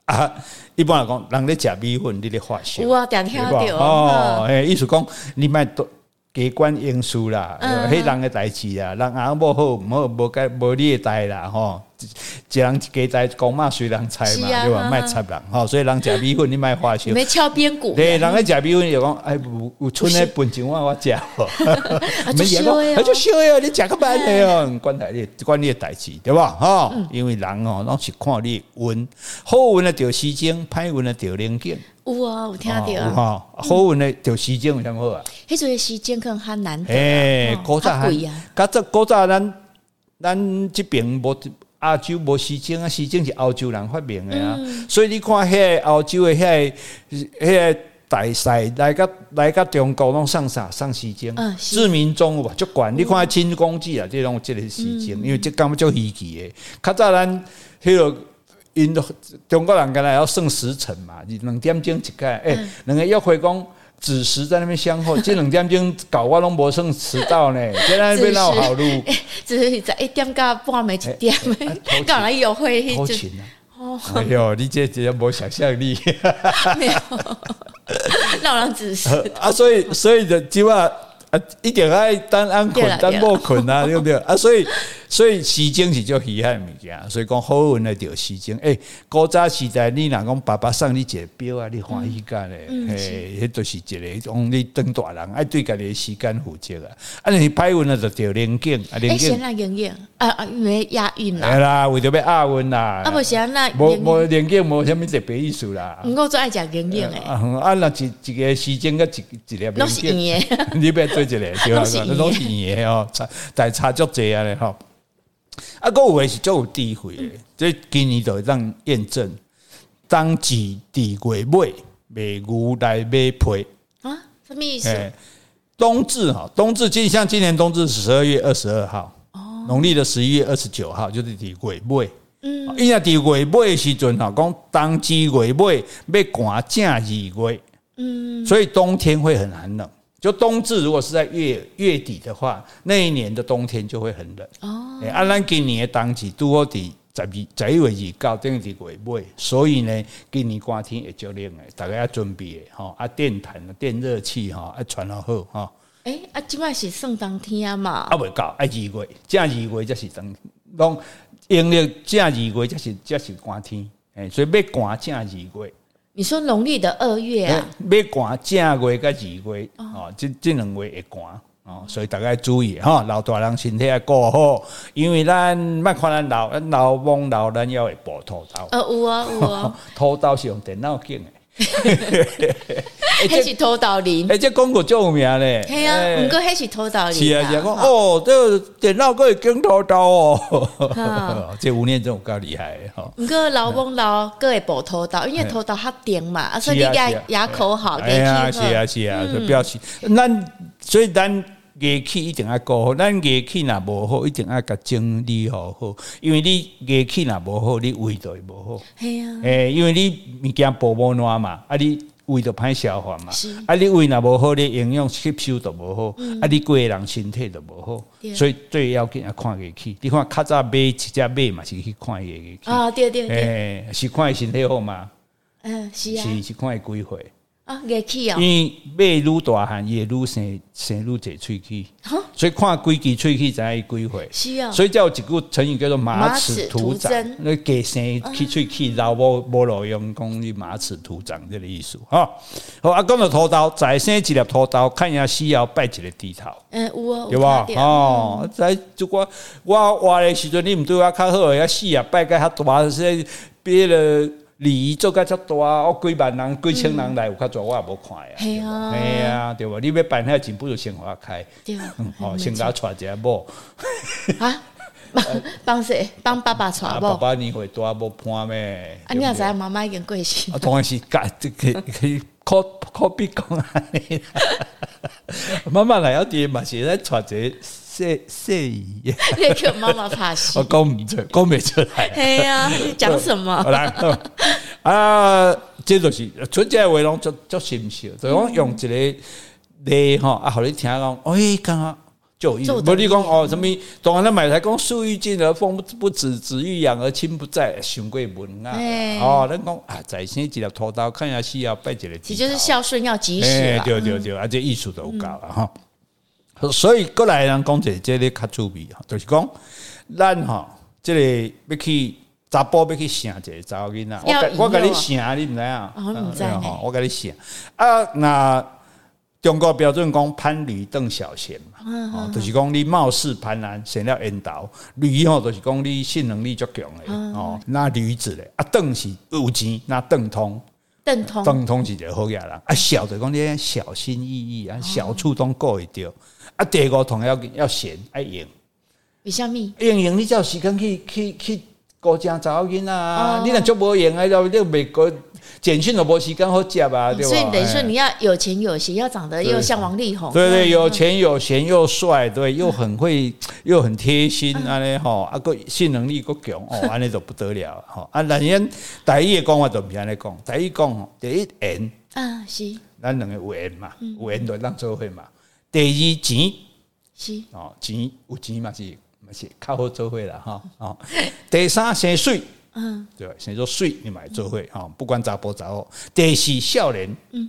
A: 啊，一般来讲，人咧食米粉，你咧发烧
B: 有，啊，两天
A: 对
B: 到
A: 吧
B: 哦
A: 哦，，诶，意思讲你卖多。加管因素啦，
B: 嗯
A: 迄人诶代志啦，人翁某好毋好，无该无你诶代啦吼。一人一家代，公嘛随人猜
B: 是
A: 嘛，
B: 啊
A: 对吧？
B: 嗯
A: 卖插人吼，所以人食米粉，你卖花
B: 你
A: 烧。
B: 没敲边鼓，啊
A: 对，人咧食米粉就讲，哎，有有剩诶本钱我我食无。
B: 啊，就修哎
A: 啊
B: 哦嗯
A: 就，烧哦，你食个慢的哦，管台你的管你的代志对吧？吼，因为人哦，拢是看你的运，好运诶着时间，歹运诶着冷静。
B: 有啊，有听到啊。
A: 哦吼，好运诶着时间有啥好啊？
B: 迄阵的时间可能较难得
A: 诶
B: 哦，
A: 古早
B: 较贵啊，
A: 较早古早咱咱即边无亚洲无时钟啊，时钟是欧洲人发明的啊，
B: 嗯
A: 所以你看遐欧洲的遐遐大赛来个来个中国拢送啥送时钟
B: 嗯，是嗯
A: 自民中有吧，足悬。你看清光记啊，这种即个时钟，因为这感觉足稀奇的。较早咱迄落。因中国人敢若要算时辰嘛，两点钟一届，诶、两个约会讲子时在那边相候，这两点钟搞我拢无算迟到呢，在那边闹好路，
B: 只是十一点到半暝一点
A: 哎哎，
B: 搞来约会
A: 偷
B: 迄阵
A: 情啊！哎呦，你这这无想象力
B: 没有，让人指示。
A: 啊！所以所以就即话啊，一定爱等安
B: 对
A: 困
B: 啦、
A: 等某困啊，对 不对？啊，所以所以时钟是叫稀罕的物件，所以讲好运的着时钟。诶、古早时代你若讲爸爸送你一个表啊，你欢喜干咧，
B: 嗯
A: 嘿，迄著是一个讲你当大人爱对家己的时间负责啊。啊，你歹运啊，就着冷静啊，
B: 哎，
A: 冷
B: 先
A: 静。
B: 让莹莹啊啊，因为押韵啦，
A: 哎啦，为着要押韵啦，
B: 啊，无先让
A: 无
B: 莹
A: 无
B: 莹，
A: 连接无虾米特别意思啦。
B: 唔够最爱食莹莹诶，
A: 啊，啊，若一一个时间甲一一粒
B: 拢是
A: 连
B: 圆
A: 接， 你别做一个，对
B: 拢
A: 吧
B: 是圆？的
A: 拢是圆的哦，差但差足济啊咧吼。啊，个有诶是足有智慧诶，这今年就会当验证，当自伫月尾卖牛来买皮。
B: 啊，什么意思？
A: 哎，冬至哈，冬至今像今年冬至是十二月二十二号，
B: 哦
A: 农历的十一月二十九号就是伫鬼尾。嗯，伊若伫鬼尾的时阵哈，讲冬至鬼尾要寒正二月，嗯，所以冬天会很寒冷。就冬至如果是在月月底的话，那一年的冬天就会很冷。
B: 哦，
A: 欸啊，咱今年的冬季拄好伫十二、十一月二九，等于伫月尾，所以呢，今年寒天会足冷的，大家要准备的吼，啊，电毯啊、电热器吼，啊，穿好好吼，
B: 哎，啊，即摆是算冬天啊嘛
A: 啊，，未到啊，二月正二月才是冬，拢阴历正二月才是才是寒天，诶、所以要寒正二月。
B: 你说农历的二月啊，
A: 要寒正月甲二月哦，即即两月会寒哦，所以大家要注意吼，老大人身体要顾好，因为咱莫看咱老，咱老翁老咱要会跋土豆，
B: 哦
A: 哦
B: 呃，有啊有啊，
A: 土豆是用电脑建的。
B: 迄是偷导林，
A: 哎，这广告做有名咧，
B: 系啊，
A: 哎
B: 毋过迄是偷导林。
A: 是啊，是啊，讲哦，这电脑可以跟头刀 哦
B: 啊，
A: 这吴念真有够厉害的吼。
B: 毋过老翁老个会无偷导，因为偷导较甜嘛，啊，所以你
A: 哎是啊
B: 牙
A: 是啊
B: 牙口好，
A: 哎呀，是
B: 牙齿
A: 啊，是啊，就表示
B: 嗯
A: 咱所以咱乐器一定要顾好，咱乐器若无好，一定要甲整理好好，因为你乐器若无好，你胃就会无好。
B: 系啊，
A: 诶，因为你物件补无烂嘛，啊你胃就歹消化嘛
B: 是，嗯
A: 啊你胃若无好，你营养吸收就无好，啊你规个人身体就无好
B: 对，
A: 所以最要紧啊看乐器。你看较早买一只马嘛是去看伊乐器，
B: 啊，对对对，
A: 诶，是看伊身体好嘛，
B: 嗯，是啊，
A: 哎是是看伊几岁。
B: 啊，乐器哦，
A: 因为马愈大汉，伊会愈生生愈侪喙齿，
B: 哈，
A: 所以看几支喙齿知影伊几岁。
B: 是啊，
A: 所以才有一句成语叫做马
B: 马
A: 齿
B: 齿
A: 徒
B: 徒
A: 长
B: 增，
A: 那给生去喙齿老无无路用，讲你马齿徒长这个意思吼、好啊，讲到土豆，再生一粒土豆，看下需要拜一个猪头。
B: 嗯，有哦，
A: 对
B: 有
A: 吧
B: 看？ 到
A: 哦，在就我我活的时阵，你毋对我较好，遐死啊，拜个较大，说比了礼仪做甲遮大，我几万人、几千人来，有较侪我也无看呀。
B: 嗯嘿啊
A: 嘿啊，对吧？你要办遐钱，不如先互我开，
B: 对，
A: 嗯，哦，
B: 没
A: 先甲
B: 错
A: 我娶一个某，
B: 啊，帮帮谁？帮爸爸娶
A: 啊，爸
B: 某。
A: 爸年岁大，无伴咩？
B: 啊，你
A: 对
B: 也
A: 不
B: 知
A: 对
B: 道妈妈已经过身，
A: 啊，当然是甲这个可以靠靠比讲安尼。 慢慢来，有啲嘛是咧娶一个细细姨。
B: 你叫妈妈怕死
A: 我。讲唔出，讲袂出来。
B: 哎呀，你讲什 么
A: 好？啦，啊，这就是纯粹话拢足足心笑，就
B: 嗯
A: 讲用一个例吼，啊，互你听讲，哎，刚刚。就
B: 做
A: 无
B: 得
A: 你讲哦，什么？当然，咱买台讲“树欲静而风不止，子欲养而亲不在”，伤过文啊
B: 嘿！
A: 哦，咱讲啊，再生一粒土豆，看下需要拜一个地头。
B: 其实就是孝顺要及时
A: 哎，
B: 啦。嗯
A: 对对对，啊，这艺术都有够了哈。所以过来人讲者，这个较趣味啊，就是讲咱吼，这个要去查甫要去想一个查某囡仔，我
B: 要
A: 甲
B: 引诱
A: 我甲你
B: 啊
A: 想，你毋知啊？
B: 哦我不知呢
A: 嗯吼我甲你想啊，那中国标准讲攀驴邓小闲
B: 嗯
A: 嘛，哦，就是讲你貌似攀然，成了引导驴吼，就是讲你性能力足强的
B: 嗯
A: 哦，那驴子嘞，啊，邓是有钱，那邓通。
B: 邓通
A: 当通是一个好嘢人，啊小就讲你小心翼
B: 哦
A: 翼啊，小触动顾会着。啊第五同要要闲爱用，
B: 为什么？
A: 用用你才有时间去去去高正查某囡仔啊
B: 哦，
A: 你若足无用啊，你就袂个简讯都无时间好接啊，对吧？
B: 哦所以等于说
A: 哎
B: 你哦要有钱有闲，要长得又像王力宏。嗯
A: 对对，有钱有闲又帅，对，又很会又很贴心，
B: 嗯
A: 安尼吼，啊个性能力够强哦，安尼就不得了吼。啊，人家台语的讲话就毋是安尼讲，台语讲吼第一缘。
B: 啊，是
A: 咱两个有缘嘛，有缘就咱做伙嘛。第二钱
B: 是，
A: 哦，钱有钱嘛是嘛是较好做伙啦吼哦。第三生水，
B: 嗯，
A: 对吧，生做水你嘛会做伙吼，不管查甫查某。第四少年，嗯，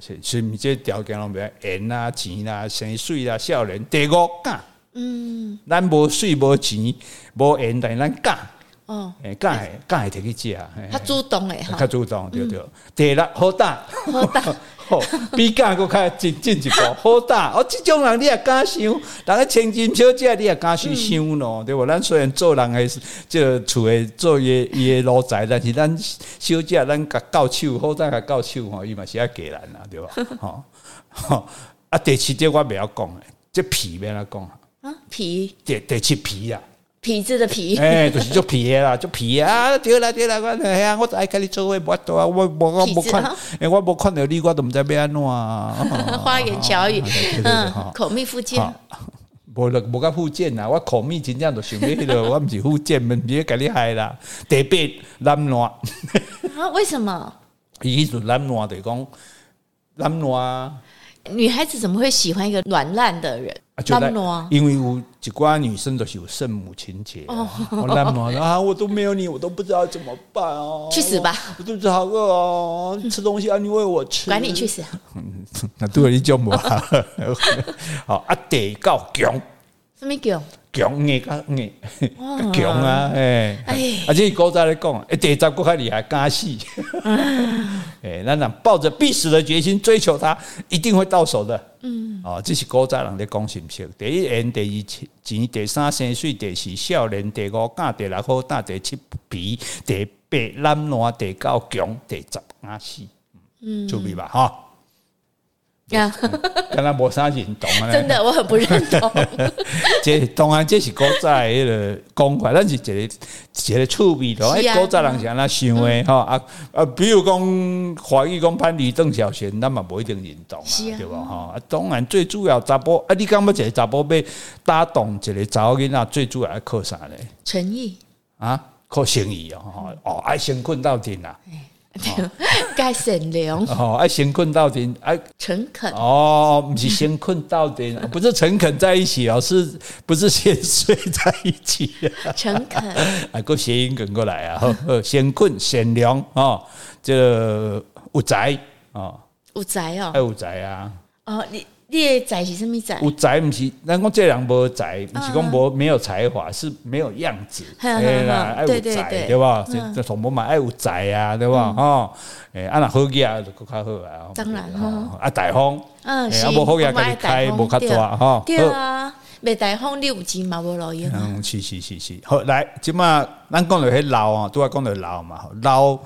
A: 是是毋这条件拢袂缘啦、钱啦、生水啦、少年。第五敢，
B: 嗯，
A: 咱无水无钱无缘，但咱敢，
B: 哦，
A: 诶敢会敢会摕去食，
B: 他
A: 嘿
B: 主动诶
A: 较
B: 哈，
A: 主动对对。第六好胆。
B: 好 大，
A: 吼，比干佫较进进一步，好大哦！即种人你也敢想，人个千金小姐你也敢去想咯，对无？咱虽然做人诶，即个厝诶做伊的伊诶奴才，但是咱小姐咱甲到手，好大甲到手吼，伊嘛是爱嫁人啊，对无？吼、吼啊，第七这我袂晓讲诶，这皮免啦讲啊，
B: 啊，皮
A: 第第七皮啊。
B: 皮子的皮，
A: 哎、就是做皮的啦，做皮的啊，对啦对啦，我哎呀，我就爱跟你做伙，无法度啊，我我我
B: 痞
A: 无
B: 子
A: 看
B: 啊，
A: 哎，我无看到你，我都毋知要安怎啊。
B: 花言巧语
A: 对对，对
B: 嗯
A: 哈，
B: 口蜜腹剑，
A: 哈无了，无甲福建啊啦，我口面真正就想要迄落，我毋是福建，毋是甲你害啦。第八南烂，
B: 啊，为什么
A: 伊迄阵南烂就是讲南烂啊，
B: 女孩子怎么会喜欢一个软烂的人？
A: 啊就
B: 烂
A: 咱
B: 惰啊，
A: 因为有一寡女生都是有圣母情节
B: 哦
A: 啊，我南烂啊，我都没有你，我都不知道怎么办哦。
B: 去死吧！
A: 我肚子好饿哦，吃东西要你喂我吃。
B: 管你去死！
A: 那对你就无啊。好啊，地够强，
B: 什么叫？
A: 强硬较硬，
B: 哇
A: 强啊！哎
B: 哎，
A: 而且古早咧讲，哎，第十骨较厉害，敢死。哎，咱人抱着必死的决心追求它，一定会到手的。嗯，哦，这是古早人咧讲信息。第一缘，第二钱钱，第三生水，第四少年，第五干，第六好胆，第七皮，第八懒惰，第九强，第十敢死。嗯，趣味吧？哈。
B: 啊，
A: 敢若无啥认同啊。
B: 真的，我很不认同。
A: 这当然这是古早的迄个讲法，咱是一个一个趣味咯。
B: 是
A: 哎、
B: 啊嗯
A: 古早人是安那想的吼啊啊，比如讲华语讲潘吕邓小贤，咱嘛无一定认同啊，
B: 是啊
A: 对无吼啊，当然最主要查甫啊，你感觉一个查甫要搭档一个查某囡仔，最主要要靠啥咧？
B: 诚意，
A: 啊，靠生意哦，吼哦，爱先困到底啦，
B: 该善良、
A: 哦，爱先困到底，爱
B: 诚恳，
A: 哦，不是先困到底，不是诚恳在一起哦，是不是先睡在一起、啊？
B: 诚恳，
A: 啊，个谐音梗过来啊，好好先困先凉哦，这个有才哦，
B: 有
A: 爱
B: 才哦。
A: 有才啊，
B: 哦，你你的才是什么才？
A: 有才不是，咱讲这人无才，不是讲无没有才华，是没有样 子，
B: 嗯嗯
A: 哎啦
B: 嗯，
A: 爱
B: 对
A: 有
B: 对对嗯
A: 才对吧？这这同胞嘛爱有才啊，对吧？哦，哎，啊若好个啊，就更较好啊，
B: 当然
A: 哦，啊大方，哎
B: 嗯，是，
A: 啊无好个
B: 我们
A: 家
B: 爱
A: 己开，
B: 大
A: 无
B: 方
A: 较
B: 对
A: 大吼。
B: 对
A: 好
B: 啊，袂大风你有钱嘛无路用啊。
A: 嗯，是是是是，好来，即马咱讲到迄老啊，拄仔讲到老嘛，老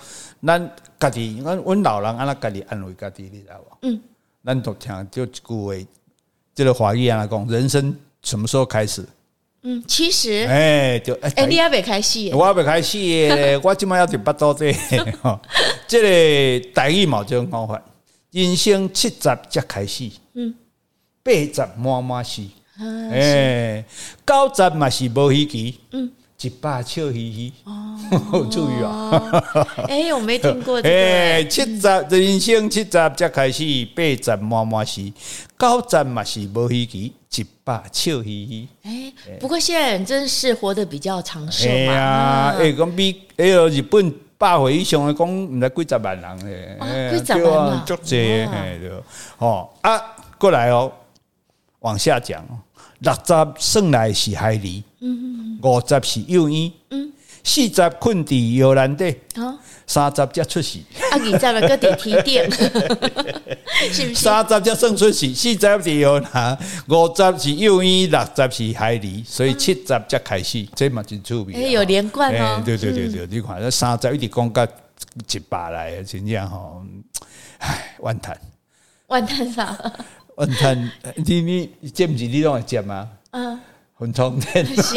A: 咱家己，咱阮老人安那家己安慰家己，你知道无？嗯，咱都听就一句话，即个华语安怎讲，人生什么时候开始？
B: 嗯，其实，
A: 哎，就
B: 哎，你也袂开始耶，
A: 我要开始 的，我即马要伫巴肚这，吼，即个台语嘛有这种讲法，人生七十才开始，嗯，八十满满是。
B: 嗯
A: 诶，哎九十嘛是无稀奇，啊嗯，一百笑嘻嘻，哦， 嗯注意啊，
B: 哦，哎，我没听过这
A: 诶，
B: 个，
A: 七十人生七十才开始，八十满满是，九十嘛是无稀奇，一百笑嘻嘻。
B: 哎，不过现在人真是活得比较长寿
A: 哎
B: 嘛
A: 呀，，
B: 嗯
A: 诶，讲比迄个日本百岁以上的讲，毋知几十万人诶，
B: 哇
A: 嘿
B: 几十万啊
A: 对足济诶，
B: 哇
A: 嘿对，哦啊，过来哦，往下讲哦，六十算来是海里，
B: 嗯
A: 五十是幼婴，四十困伫摇篮底，
B: 哦，
A: 三十才出世，
B: 啊，你在了个电 梯店，是不是？
A: 三十才算出世，四十伫摇篮，五十是幼婴，六十是海里，所以七十才开始，这嘛真趣味啊。
B: 嗯哎，有连贯
A: 哎，
B: 哦，
A: 对对对对，你看，那三十一直讲到一百来，真正吼，唉，怨叹
B: 万叹啥？
A: 怨叹，你你这毋是你拢会接吗？
B: 嗯，
A: 很通电，
B: 是，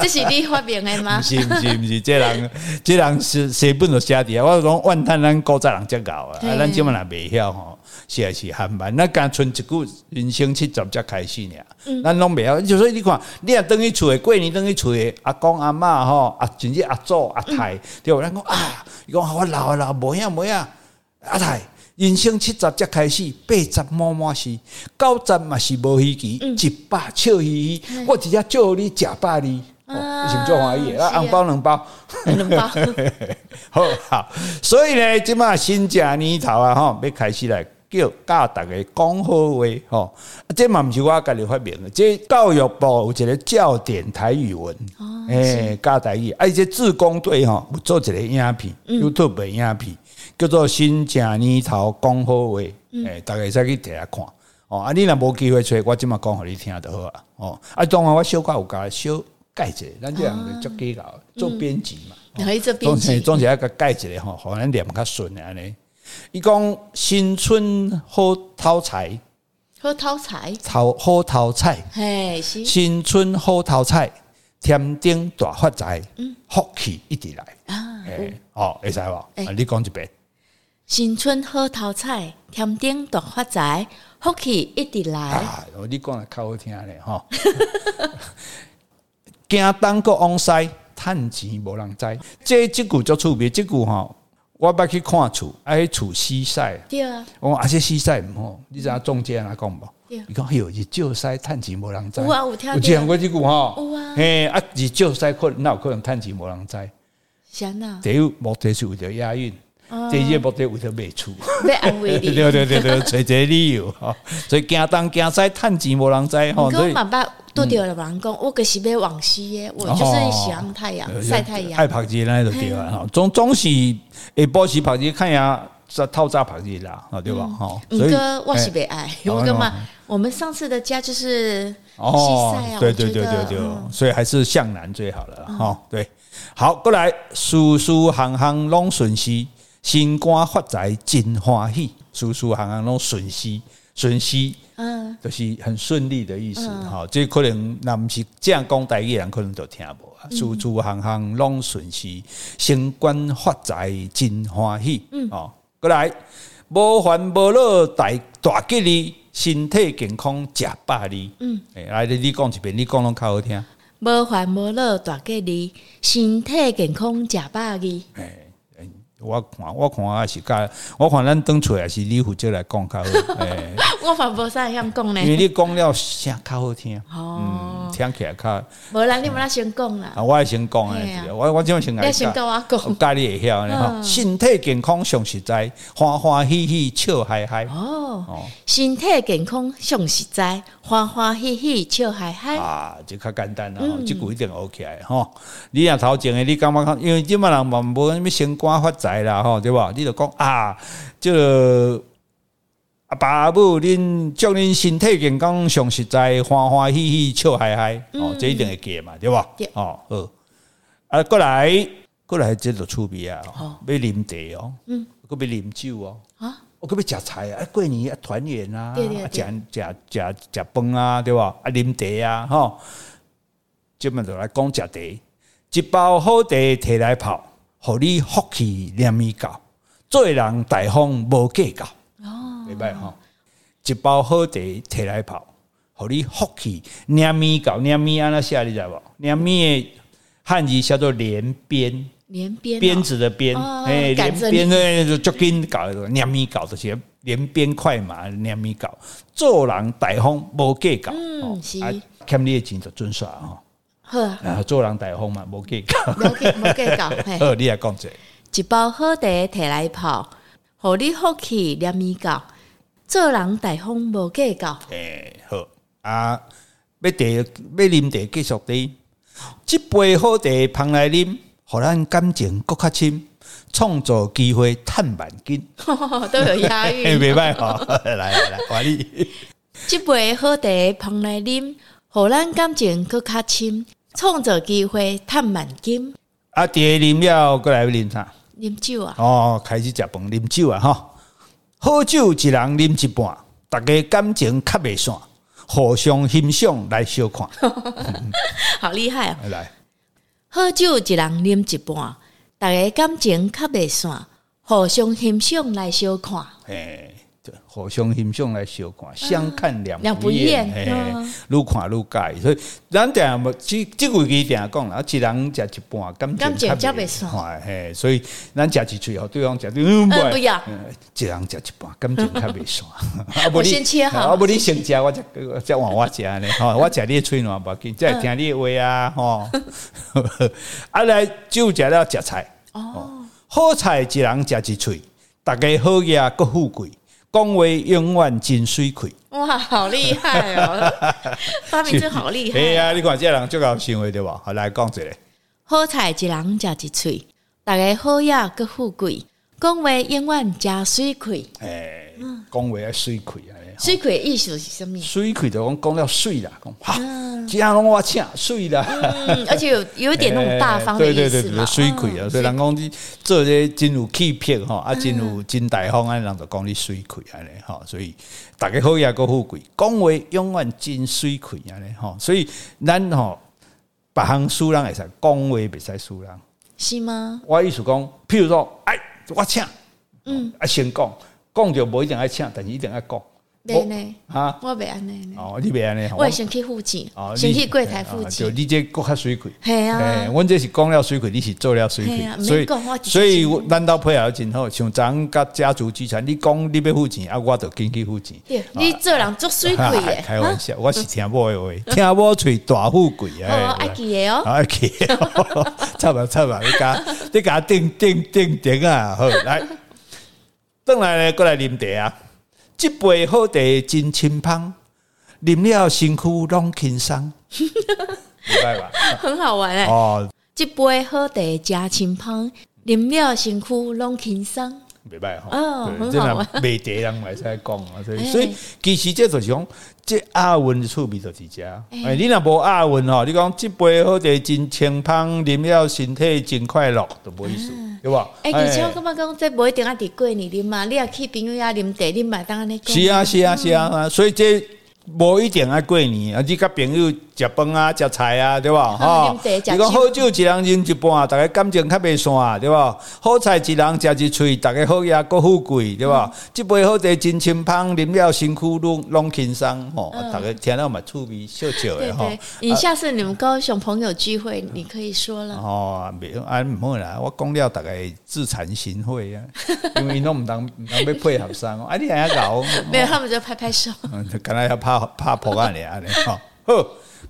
B: 这是你发明的吗
A: 毋？ 是毋是毋是，这人这人是写本就写伫啊，我讲怨叹咱古早人遮搞啊，
B: 对
A: 啊，咱即满也袂晓吼，是也是含慢，咱敢剩一句人生七十才开始
B: 嗯
A: 尔，咱拢袂晓，就所以你看，你若等去厝诶，过年等去厝诶，阿公阿嬷吼，啊，甚至阿祖阿
B: 嗯
A: 太，对无？咱讲啊，伊讲啊我老啊老，无影无影。阿太，人生七十才开始，八十满满是，九十嘛是无稀奇，
B: 嗯
A: 一百笑嘻嘻。我直接祝你食百二，哦，
B: 啊
A: 是毋足欢喜的，啊，
B: 是啊
A: 红包两包，
B: 能包，
A: 好 好。所以呢，即马新正年头啊，吼，要开始来。叫教大家讲好话吼，啊这嘛毋是我家己发明的，这教育部有一个教典台语文，
B: 哦
A: 诶、教台语，啊，伊这志工队吼有做一个影片、y o u t u b e 影片，叫做《新正年头讲好话》，诶、大家会使去摕来看。哦，啊，你若无机会找，我即马讲互你听就好啊。哦，啊，当然我小可有甲小改一下，咱即人就足技巧，做编辑嘛。
B: 然后这边
A: 总是总是要甲改一下吼，互咱念较顺的安尼。伊讲新春好讨菜，
B: 喝掏财，
A: 讨好讨菜。
B: 嘿，是
A: 新春好头菜，天顶大发财，福气一直来。
B: 啊，
A: 诶、哦，会使无？啊
B: 欸
A: 你讲一遍。
B: 新春好头菜，天顶大发财，福气一直来。
A: 啊，哦你讲的较好听咧吼。 惊东个往西，趁钱无人知。这即句足趣味，即句吼，我捌去看厝，啊，迄厝西晒。
B: 对啊，
A: 我讲啊，这西晒毋好，你知影中介安怎讲无
B: 对啊？
A: 伊讲，哎哟，日照西趁钱无人知。
B: 有啊有听到
A: 听过即句吼。
B: 有啊
A: 嘿，啊，日照西可能哪有可能趁钱无人知？
B: 想啊，
A: 第一目的是为了押韵，
B: 哦
A: 第二目的为了卖 厝，
B: 要安慰
A: 对
B: 你。
A: 对啊对对，找一个理由吼，所以惊东惊西，趁钱无人知吼，
B: 你
A: 哦所
B: 跟
A: 以嗯
B: 我爸爸都掉了王公，我可是要往西耶，我
A: 哦
B: 就是喜欢太阳，晒太阳。
A: 爱晒日那就对啊，吼，总总是下晡时晒日，看呀，早透早晒日啦，吼对吧？吼，
B: 五
A: 所以
B: 哥，嗯我是被爱，
A: 哎
B: 我干
A: 哦
B: 嘛？我们上次的家就是西
A: 哦
B: 晒啊，，
A: 对
B: 我
A: 对对
B: 觉
A: 对
B: 得
A: 对
B: 嗯，
A: 所以还是向南最好了哈、吼对，好，过来，事事行行拢顺时，新官发财真欢喜，事事行行拢顺时，顺息
B: 嗯，
A: 就是很顺利的意思，吼、这可能若毋是这样讲台语的人，可能就听无啊。处处行行拢顺时，升官发财真欢喜。嗯，哦，过来，无烦无恼大大吉利，身体健康食百利。嗯，诶、来你你讲一遍，你讲拢较好听。
B: 无烦无恼大吉利，身体健康食百二。
A: 诶、诶哎我看我看也是甲，我看咱当初也是你负责来讲较好。诶、
B: 我反无啥会晓讲
A: 因为
B: 呢。
A: 你讲了声较好听，
B: 哦
A: 嗯，听起来较。
B: 无啦，你毋啦先讲啦，
A: 啊，我会先讲
B: 嘿啊
A: 诶，我我即先
B: 你
A: 来
B: 先
A: 教，
B: 跟我讲。
A: 教你会晓咧吼，
B: 嗯
A: 身体健康上实在，欢欢喜喜笑嗨嗨。
B: 哦
A: 哦，
B: 身体健康上实在，欢欢喜喜笑嗨嗨。
A: 啊，这较简单啦，吼，
B: 嗯
A: 即句一定 OK 来吼。你若头前诶，你感觉较，因为即摆人嘛无什物升官发财啦，吼，对吧？你就讲啊，即个啊爸母恁祝恁身体健康上实在，欢欢喜喜笑嗨嗨，哦，这一定会记的嘛，对吧
B: 嗯对？
A: 哦，好，啊，过来，过来，这就趣味啊
B: 好，
A: 要啉茶哦，嗯，搁要啉酒哦。
B: 啊，
A: 我可要食菜啊，啊过年啊团圆啊，
B: 对对
A: 啊
B: 对
A: 食食食食饭啊，对吧？啊啉茶啊，吼，即么就来讲食茶，一包好茶摕来泡，互你福气念米到，做人大方无计较，
B: 哦，
A: 明白吼？一包好茶摕来泡，互你福气念米到，念米安那写你知无？念米的汉字叫做连边。
B: 连边哦
A: 鞭子的鞭，
B: 哦
A: 哎、
B: 赶着
A: 连鞭呢就足紧搞的，两米搞这些，连鞭快马，两米搞，做人大方无计较，
B: 嗯
A: 哦
B: 是
A: 啊，欠你的钱就准煞吼，
B: 好啊，
A: 啊，做人大方嘛无计 较，
B: 无计无计较，嘿。
A: 好，你来讲者，
B: 一包好茶摕来泡，互你福气念米到，做人大方无计较。
A: 哎、好啊，要茶要啉茶继续滴，一杯好茶捧来啉，互咱感情更较深，创造机会趁万金，
B: 都有押
A: 哎、
B: 韵。
A: 袂歹吼，来来来，换你。
B: 即杯好茶捧来啉，互咱感情搁较深，创造机会趁万金。
A: 啊，茶啉了，过来要啉啥？
B: 啉酒啊，
A: 哦，开始食饭啉酒啊，吼，好酒一人啉一半，大家感情较袂散，互相欣赏来小 看。
B: 好厉害哦！
A: 来，
B: 好酒一人啉一半，大家感情较袂散，互相欣赏来相看。
A: 诶，对互相欣赏来小看，相看啊两
B: 两不
A: 不厌，啊
B: 厌
A: 嘿
B: 嗯，
A: 愈看愈介意。所以咱定无即即句句定讲啦，啊一人食一半，
B: 感
A: 感情
B: 情
A: 较
B: 较袂
A: 袂
B: 散
A: 散。嘿，所以咱食一喙互对方食，嗯，
B: 嗯不要
A: 嗯一人食一半，感情较袂 散。啊
B: 我先切好
A: 啊，无你先食，我再再换我食呢。吼，我食你的喙暖无要紧，再听你的话啊，吼。 啊来酒食了，食菜。
B: 哦，
A: 好菜一人食一喙，大家好嘢各富贵，讲话永远真水气。
B: 哇，好厉害哦！ 发明真好厉 害、啊
A: 哎呀，你看这人足够想的对吧？好来讲一下，
B: 好菜一人食一喙，大家好呀，各富贵，讲话永远加水亏。
A: 哎，
B: 嗯
A: 讲话要水气安尼
B: 水亏意思是什么？
A: 水气就讲讲了水啦，讲哈，这样拢我请水啦。
B: 嗯，而且有有一点那种大方的
A: 哎
B: 意
A: 对对
B: 思
A: 对
B: 嘛
A: 对，。水气啊，所以人讲你做这真有气魄吼，啊，真有真大方安，人就讲你水气安尼吼，所以大家好也个富贵，讲话永远真水气安尼吼，所以咱吼别项输人会使，讲话袂使输人。
B: 是吗？
A: 我意思讲，譬如说，哎，我请，嗯，啊先讲，讲就无一定爱请，但是一定爱讲。
B: 对呢，
A: 哈，
B: 我袂安尼呢，
A: 哦，你袂安尼，吼
B: 我会先去付钱
A: 哦，，
B: 先
A: 你
B: 去柜台付
A: 啊就
B: 钱。
A: 你这更较水气。
B: 嘿
A: 哎，
B: 啊，
A: 阮这是讲了水亏，你是做了水
B: 嘿啊
A: 亏，所
B: 免
A: 以
B: 讲我就是
A: 所以我咱兜配合真好，像咱甲家族集团，你讲你要付钱，啊，我就紧去付钱。
B: 对，你做人足水 亏耶，
A: 开玩笑，我是听某的话， 听某嘴大富贵
B: 哦，
A: 啊
B: 爱记的 哦，
A: 啊，去， 插吧插吧，你甲你甲定定定定啊，好来，等来咧过来啉茶啊，即杯好茶真清芳，啉了身躯拢轻松， 明白吧？
B: 很好玩哎。
A: 啊哦，
B: 一杯好茶加清芳，啉了身躯拢轻松。
A: 袂歹吼，
B: 嗯
A: 对
B: 很
A: 这
B: 好
A: 若袂得人嘛会使讲啊，所以
B: 哎
A: 所以其实这就是讲，这亚运的趣味就是遮。
B: 哎
A: 哎，你若无亚运吼，你讲即杯好茶真清芳，啉了身体真快乐，都无意思，对吧？
B: 哎，而且我感觉讲，这不一定啊，伫过年啉嘛，你也去朋友遐啉茶，你嘛当安尼讲。
A: 是啊，是啊，是啊，啊所以这无一定爱过年啊，你甲朋友食饭啊、食菜啊，对吧？
B: 啊啉茶
A: 你
B: 食
A: 讲
B: 酒
A: 好酒一人啉一半，大家感情较袂散，对吧？好菜一人食一喙，大家好也各富贵，对吧？
B: 嗯
A: 即杯好茶真清芳，啉了身躯拢拢轻松吼，啊
B: 嗯
A: 大家听了嘛趣味笑笑
B: 对
A: 的吼
B: 对。，你下次你们高雄朋友聚会，你可以说了。
A: 啊哦，袂啊，毋好啦，我讲了大概自惭形 秽啊，因为拢毋通毋通要配合上，啊，你还搞
B: 没有，他们就拍拍手。
A: 嗯，就敢若要拍拍破案咧安尼吼。好，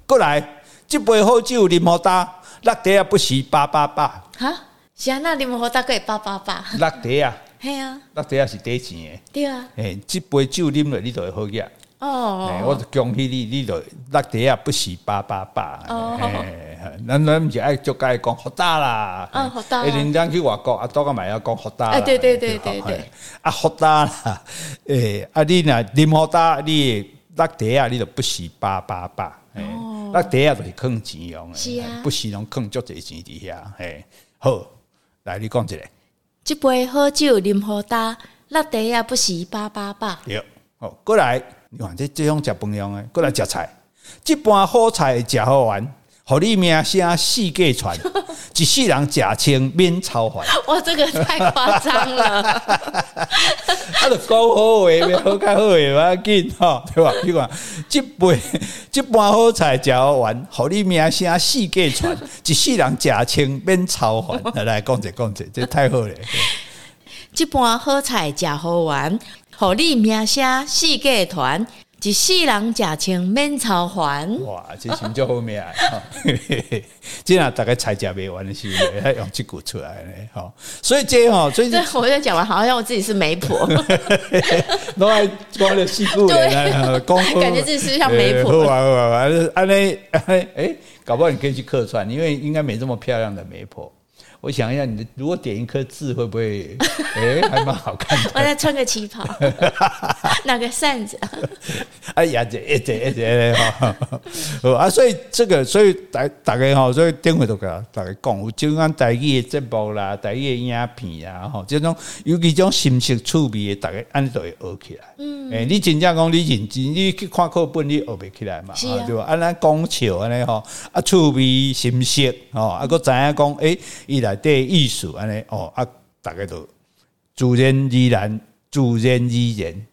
A: 过来，即杯好酒啉好大，落地啊不是八八八，
B: 哈，是啊，那你们活大概八八八，
A: 落地啊，
B: 嘿啊，
A: 落地啊是底钱诶。
B: 对啊，
A: 诶，即杯酒啉落你就会好嘢。诶，我
B: 哦，
A: 就恭喜你，你就落地啊不是八八八。
B: 哦
A: 诶，咱咱毋是爱足爱讲福大啦，
B: 嗯福大啦
A: 诶，人家去外国啊，多个嘛要讲福大啦。
B: 哎对对对对
A: 吼
B: 对，
A: 嘿啊福大啦， 诶，啊你若啉福大，你落地啊，你就不是八八八。诶，落地啊就是坑钱用诶，
B: 哦是啊
A: 不是拢坑足侪钱伫遐。诶，好，来你讲一个，
B: 这杯好酒啉好大，落地也不是八八八，
A: 对，哦，过来，你看这这种食饭用诶，过来食菜，即盘好菜食好完，互你名声四界传，一世人食清免操烦，
B: 哇，这个太夸张了，
A: 啊，就讲好话，要好较好诶，无要紧吼，对吧？你看，即杯 即盘好菜食好完，互你名声四界传，一世人食清免操烦，来来讲者讲者，这太好咧。
B: 这盘好菜食好玩，互你名声世界传，一世人食清免操烦。
A: 哇，这真叫好命啊！嘿嘿嘿这若大概菜食袂完的时候，还用即句出来呢。吼，所以这吼，所以
B: 对， 我就讲完，好像我自己是媒婆，
A: 拢爱讲了四句
B: 对
A: 咧，讲好
B: 感觉自己是像媒
A: 呃
B: 婆
A: 好啊好啊，好啊安尼安尼，哎，搞不好你可以去客串，因为应该没这么漂亮的媒婆。我想一下，你的如果点一颗痣，会不会？哎，还蛮好看的。
B: 我再穿个旗 袍，拿个扇子，
A: 哎呀，这一这一这哈，好啊，所以这个，所以大大家吼，所以顶回都甲大家讲，有即款台语的节目啦，台语的影片啊，吼，即种尤其这种新式趣味的，大家安尼都会学起来。嗯，诶、你真正讲你认真，你去看课本，你学袂起来嘛，
B: 是啊
A: 对吧？安咱讲笑安尼吼，啊，趣味新式吼，啊，个知影讲，诶、伊内底的意思安尼哦，啊，大家都自然而然，自然而然，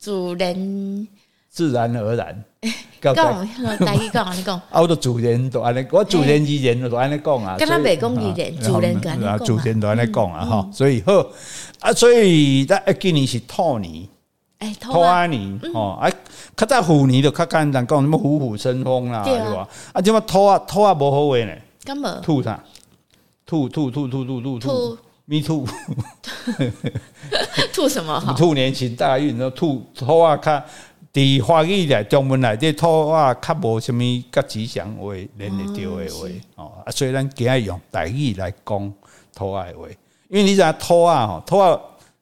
B: 主人
A: 自然而然。到大家
B: 讲，大家讲，你讲。
A: 啊，我都主人都安尼，我主人伊人都安尼讲啊，
B: 跟咱
A: 所以
B: 袂讲伊
A: 啊
B: 人主人就安尼讲啊
A: 啊主人都安尼讲啊，吼，所以好啊，所以咱今年是兔年，
B: 哎，偷
A: 兔
B: 啊！
A: 啊年吼，啊，较早虎年就较简单讲什么虎虎生风啦，
B: 对
A: 对
B: 啊
A: 吧？啊，即么兔啊兔啊无好话呢，
B: 干嘛？
A: 兔啥？兔兔兔兔兔兔
B: 兔
A: 咪兔
B: 吐什么好？
A: 兔年行大运，然后兔兔啊较。伫华语内、中文内底，兔啊较无什物较吉祥话，连会着的话哦。啊，所以咱今仔用台语来讲兔啊的话，因为你知影兔啊吼，兔啊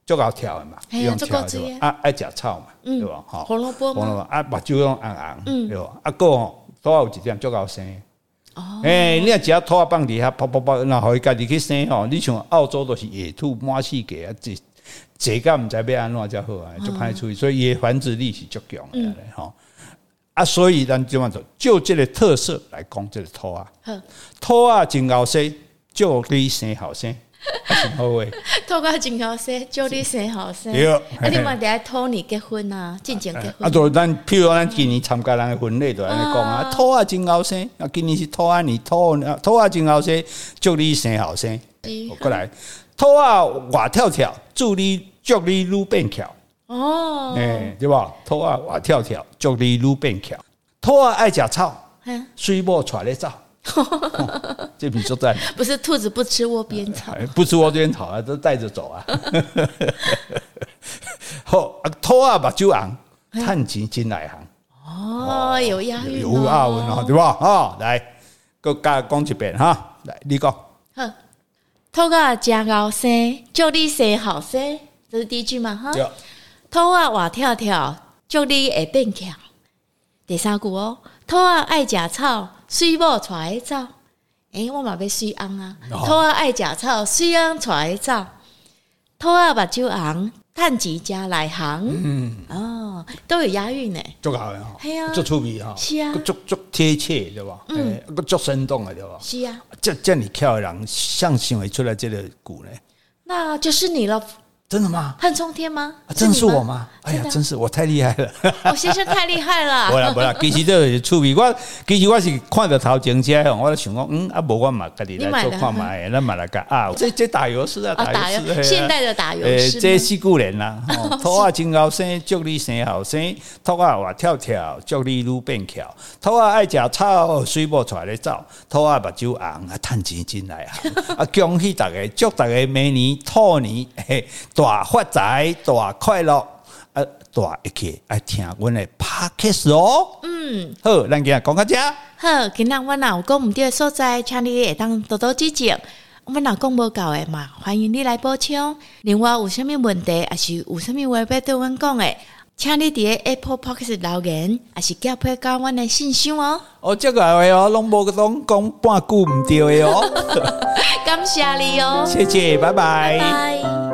A: 足够跳的嘛，
B: 嘿啊
A: 用
B: 足
A: 跳
B: 够
A: 的对
B: 水
A: 吧？啊，爱食草嘛，
B: 嗯
A: 对吧？吼，
B: 红萝卜嗯
A: 红
B: 吗？
A: 哦萝卜啊，目睭拢红红，对吧？啊，个吼，兔啊有一点足够生的。
B: 哦，
A: 诶、你若只兔仔放伫遐啪啪啪，然后伊家己去生吼，你像澳洲都是野兔满世界啊，这这个毋知要安怎才好啊，
B: 哦
A: 就歹处理，所以伊的繁殖力是足强
B: 嗯
A: 的咧吼。啊，所以咱即嘛就就即个特色来讲，即个兔仔，
B: 好
A: 兔仔真后生，就对生后生，啊，真好诶。
B: 透过真好生，祝你生好生。
A: 对
B: 啊，你嘛得爱托你结婚啊，进前结
A: 啊，
B: 婚。
A: 就咱譬如咱今年参加人的婚礼，就安尼讲啊，
B: 啊
A: 兔仔真后生，啊，今年是兔仔年，兔仔啊兔仔真后生，祝你生后生。哦
B: 是
A: 我过来，兔啊，外跳跳，祝你祝你愈变巧，
B: 哦
A: 哎、，对吧？兔啊，外跳跳，祝你愈变巧。兔啊爱食草，
B: 嗯
A: 水某带咧走，哦这比作赞，
B: 不是兔子不吃窝边草。
A: 哎不吃窝边草啊，都带着走啊。好，啊兔啊目睭红，趁钱真内行。
B: 哦，有押韵，
A: 有啊，文啊，。对吧？啊、来，各家讲一遍
B: 啊
A: 哈，来，你讲。
B: 好，透过真好生，祝你生好生。这是第一句嘛哈。
A: 对，
B: 兔啊活跳跳，祝你会变强。第三句哦，兔啊爱食草，水某带走。诶、我嘛要水翁啊，
A: 哦
B: 兔啊爱食草，水翁带走。兔啊目睭红，趁钱家来行。
A: 嗯，
B: 哦，都有押韵呢。
A: 足好的吼
B: 嘿啊，
A: 足趣味吼，
B: 是啊
A: 足足贴切对吧？嗯，个足生动的对吧？
B: 是啊，
A: 这这么巧的人，像想会出来这个鼓呢？
B: 那就是你了，
A: 真的吗？
B: 恨冲天吗？
A: 啊真的是
B: 你
A: 我？吗？哎呀，
B: 真的啊
A: 真是我太厉害了！
B: 哦，先生太厉害
A: 无
B: 了。
A: 啦无啦，其实这就是趣味。我其实我是看到头前这样，我就想讲，嗯，啊，无我嘛家己
B: 你
A: 来
B: 买了
A: 做看卖，咱嘛来个啊，这这打油诗啊，
B: 啊，打
A: 油诗，嘿
B: 油，
A: 啊
B: 现代的打油
A: 诶，
B: 诗
A: 这
B: 吗，
A: 四句人 啦，吼兔仔真后生，祝你生后生；兔仔活跳跳，祝你愈变巧；兔仔爱食草，水某出来走；兔仔目睭红，啊，趁钱真来行。 啊，恭喜大家，祝大家明年兔年嘿大发财，大快乐。啊，大一起爱听阮的 podcast 哦。嗯，好，咱今日讲到这，
B: 好，今仔我若有讲毋对的所在，请你会当多多指正。我若讲无够的嘛，欢迎你来补充。另外有啥物问题，也是有啥物话要对阮讲的，请你伫 Apple p o c k e t 留言，也是寄批到阮的信箱哦。
A: 哦，这个话哦，拢无拢讲半句毋对的哦。
B: 感谢你 哦，
A: 谢谢，拜
B: 拜拜。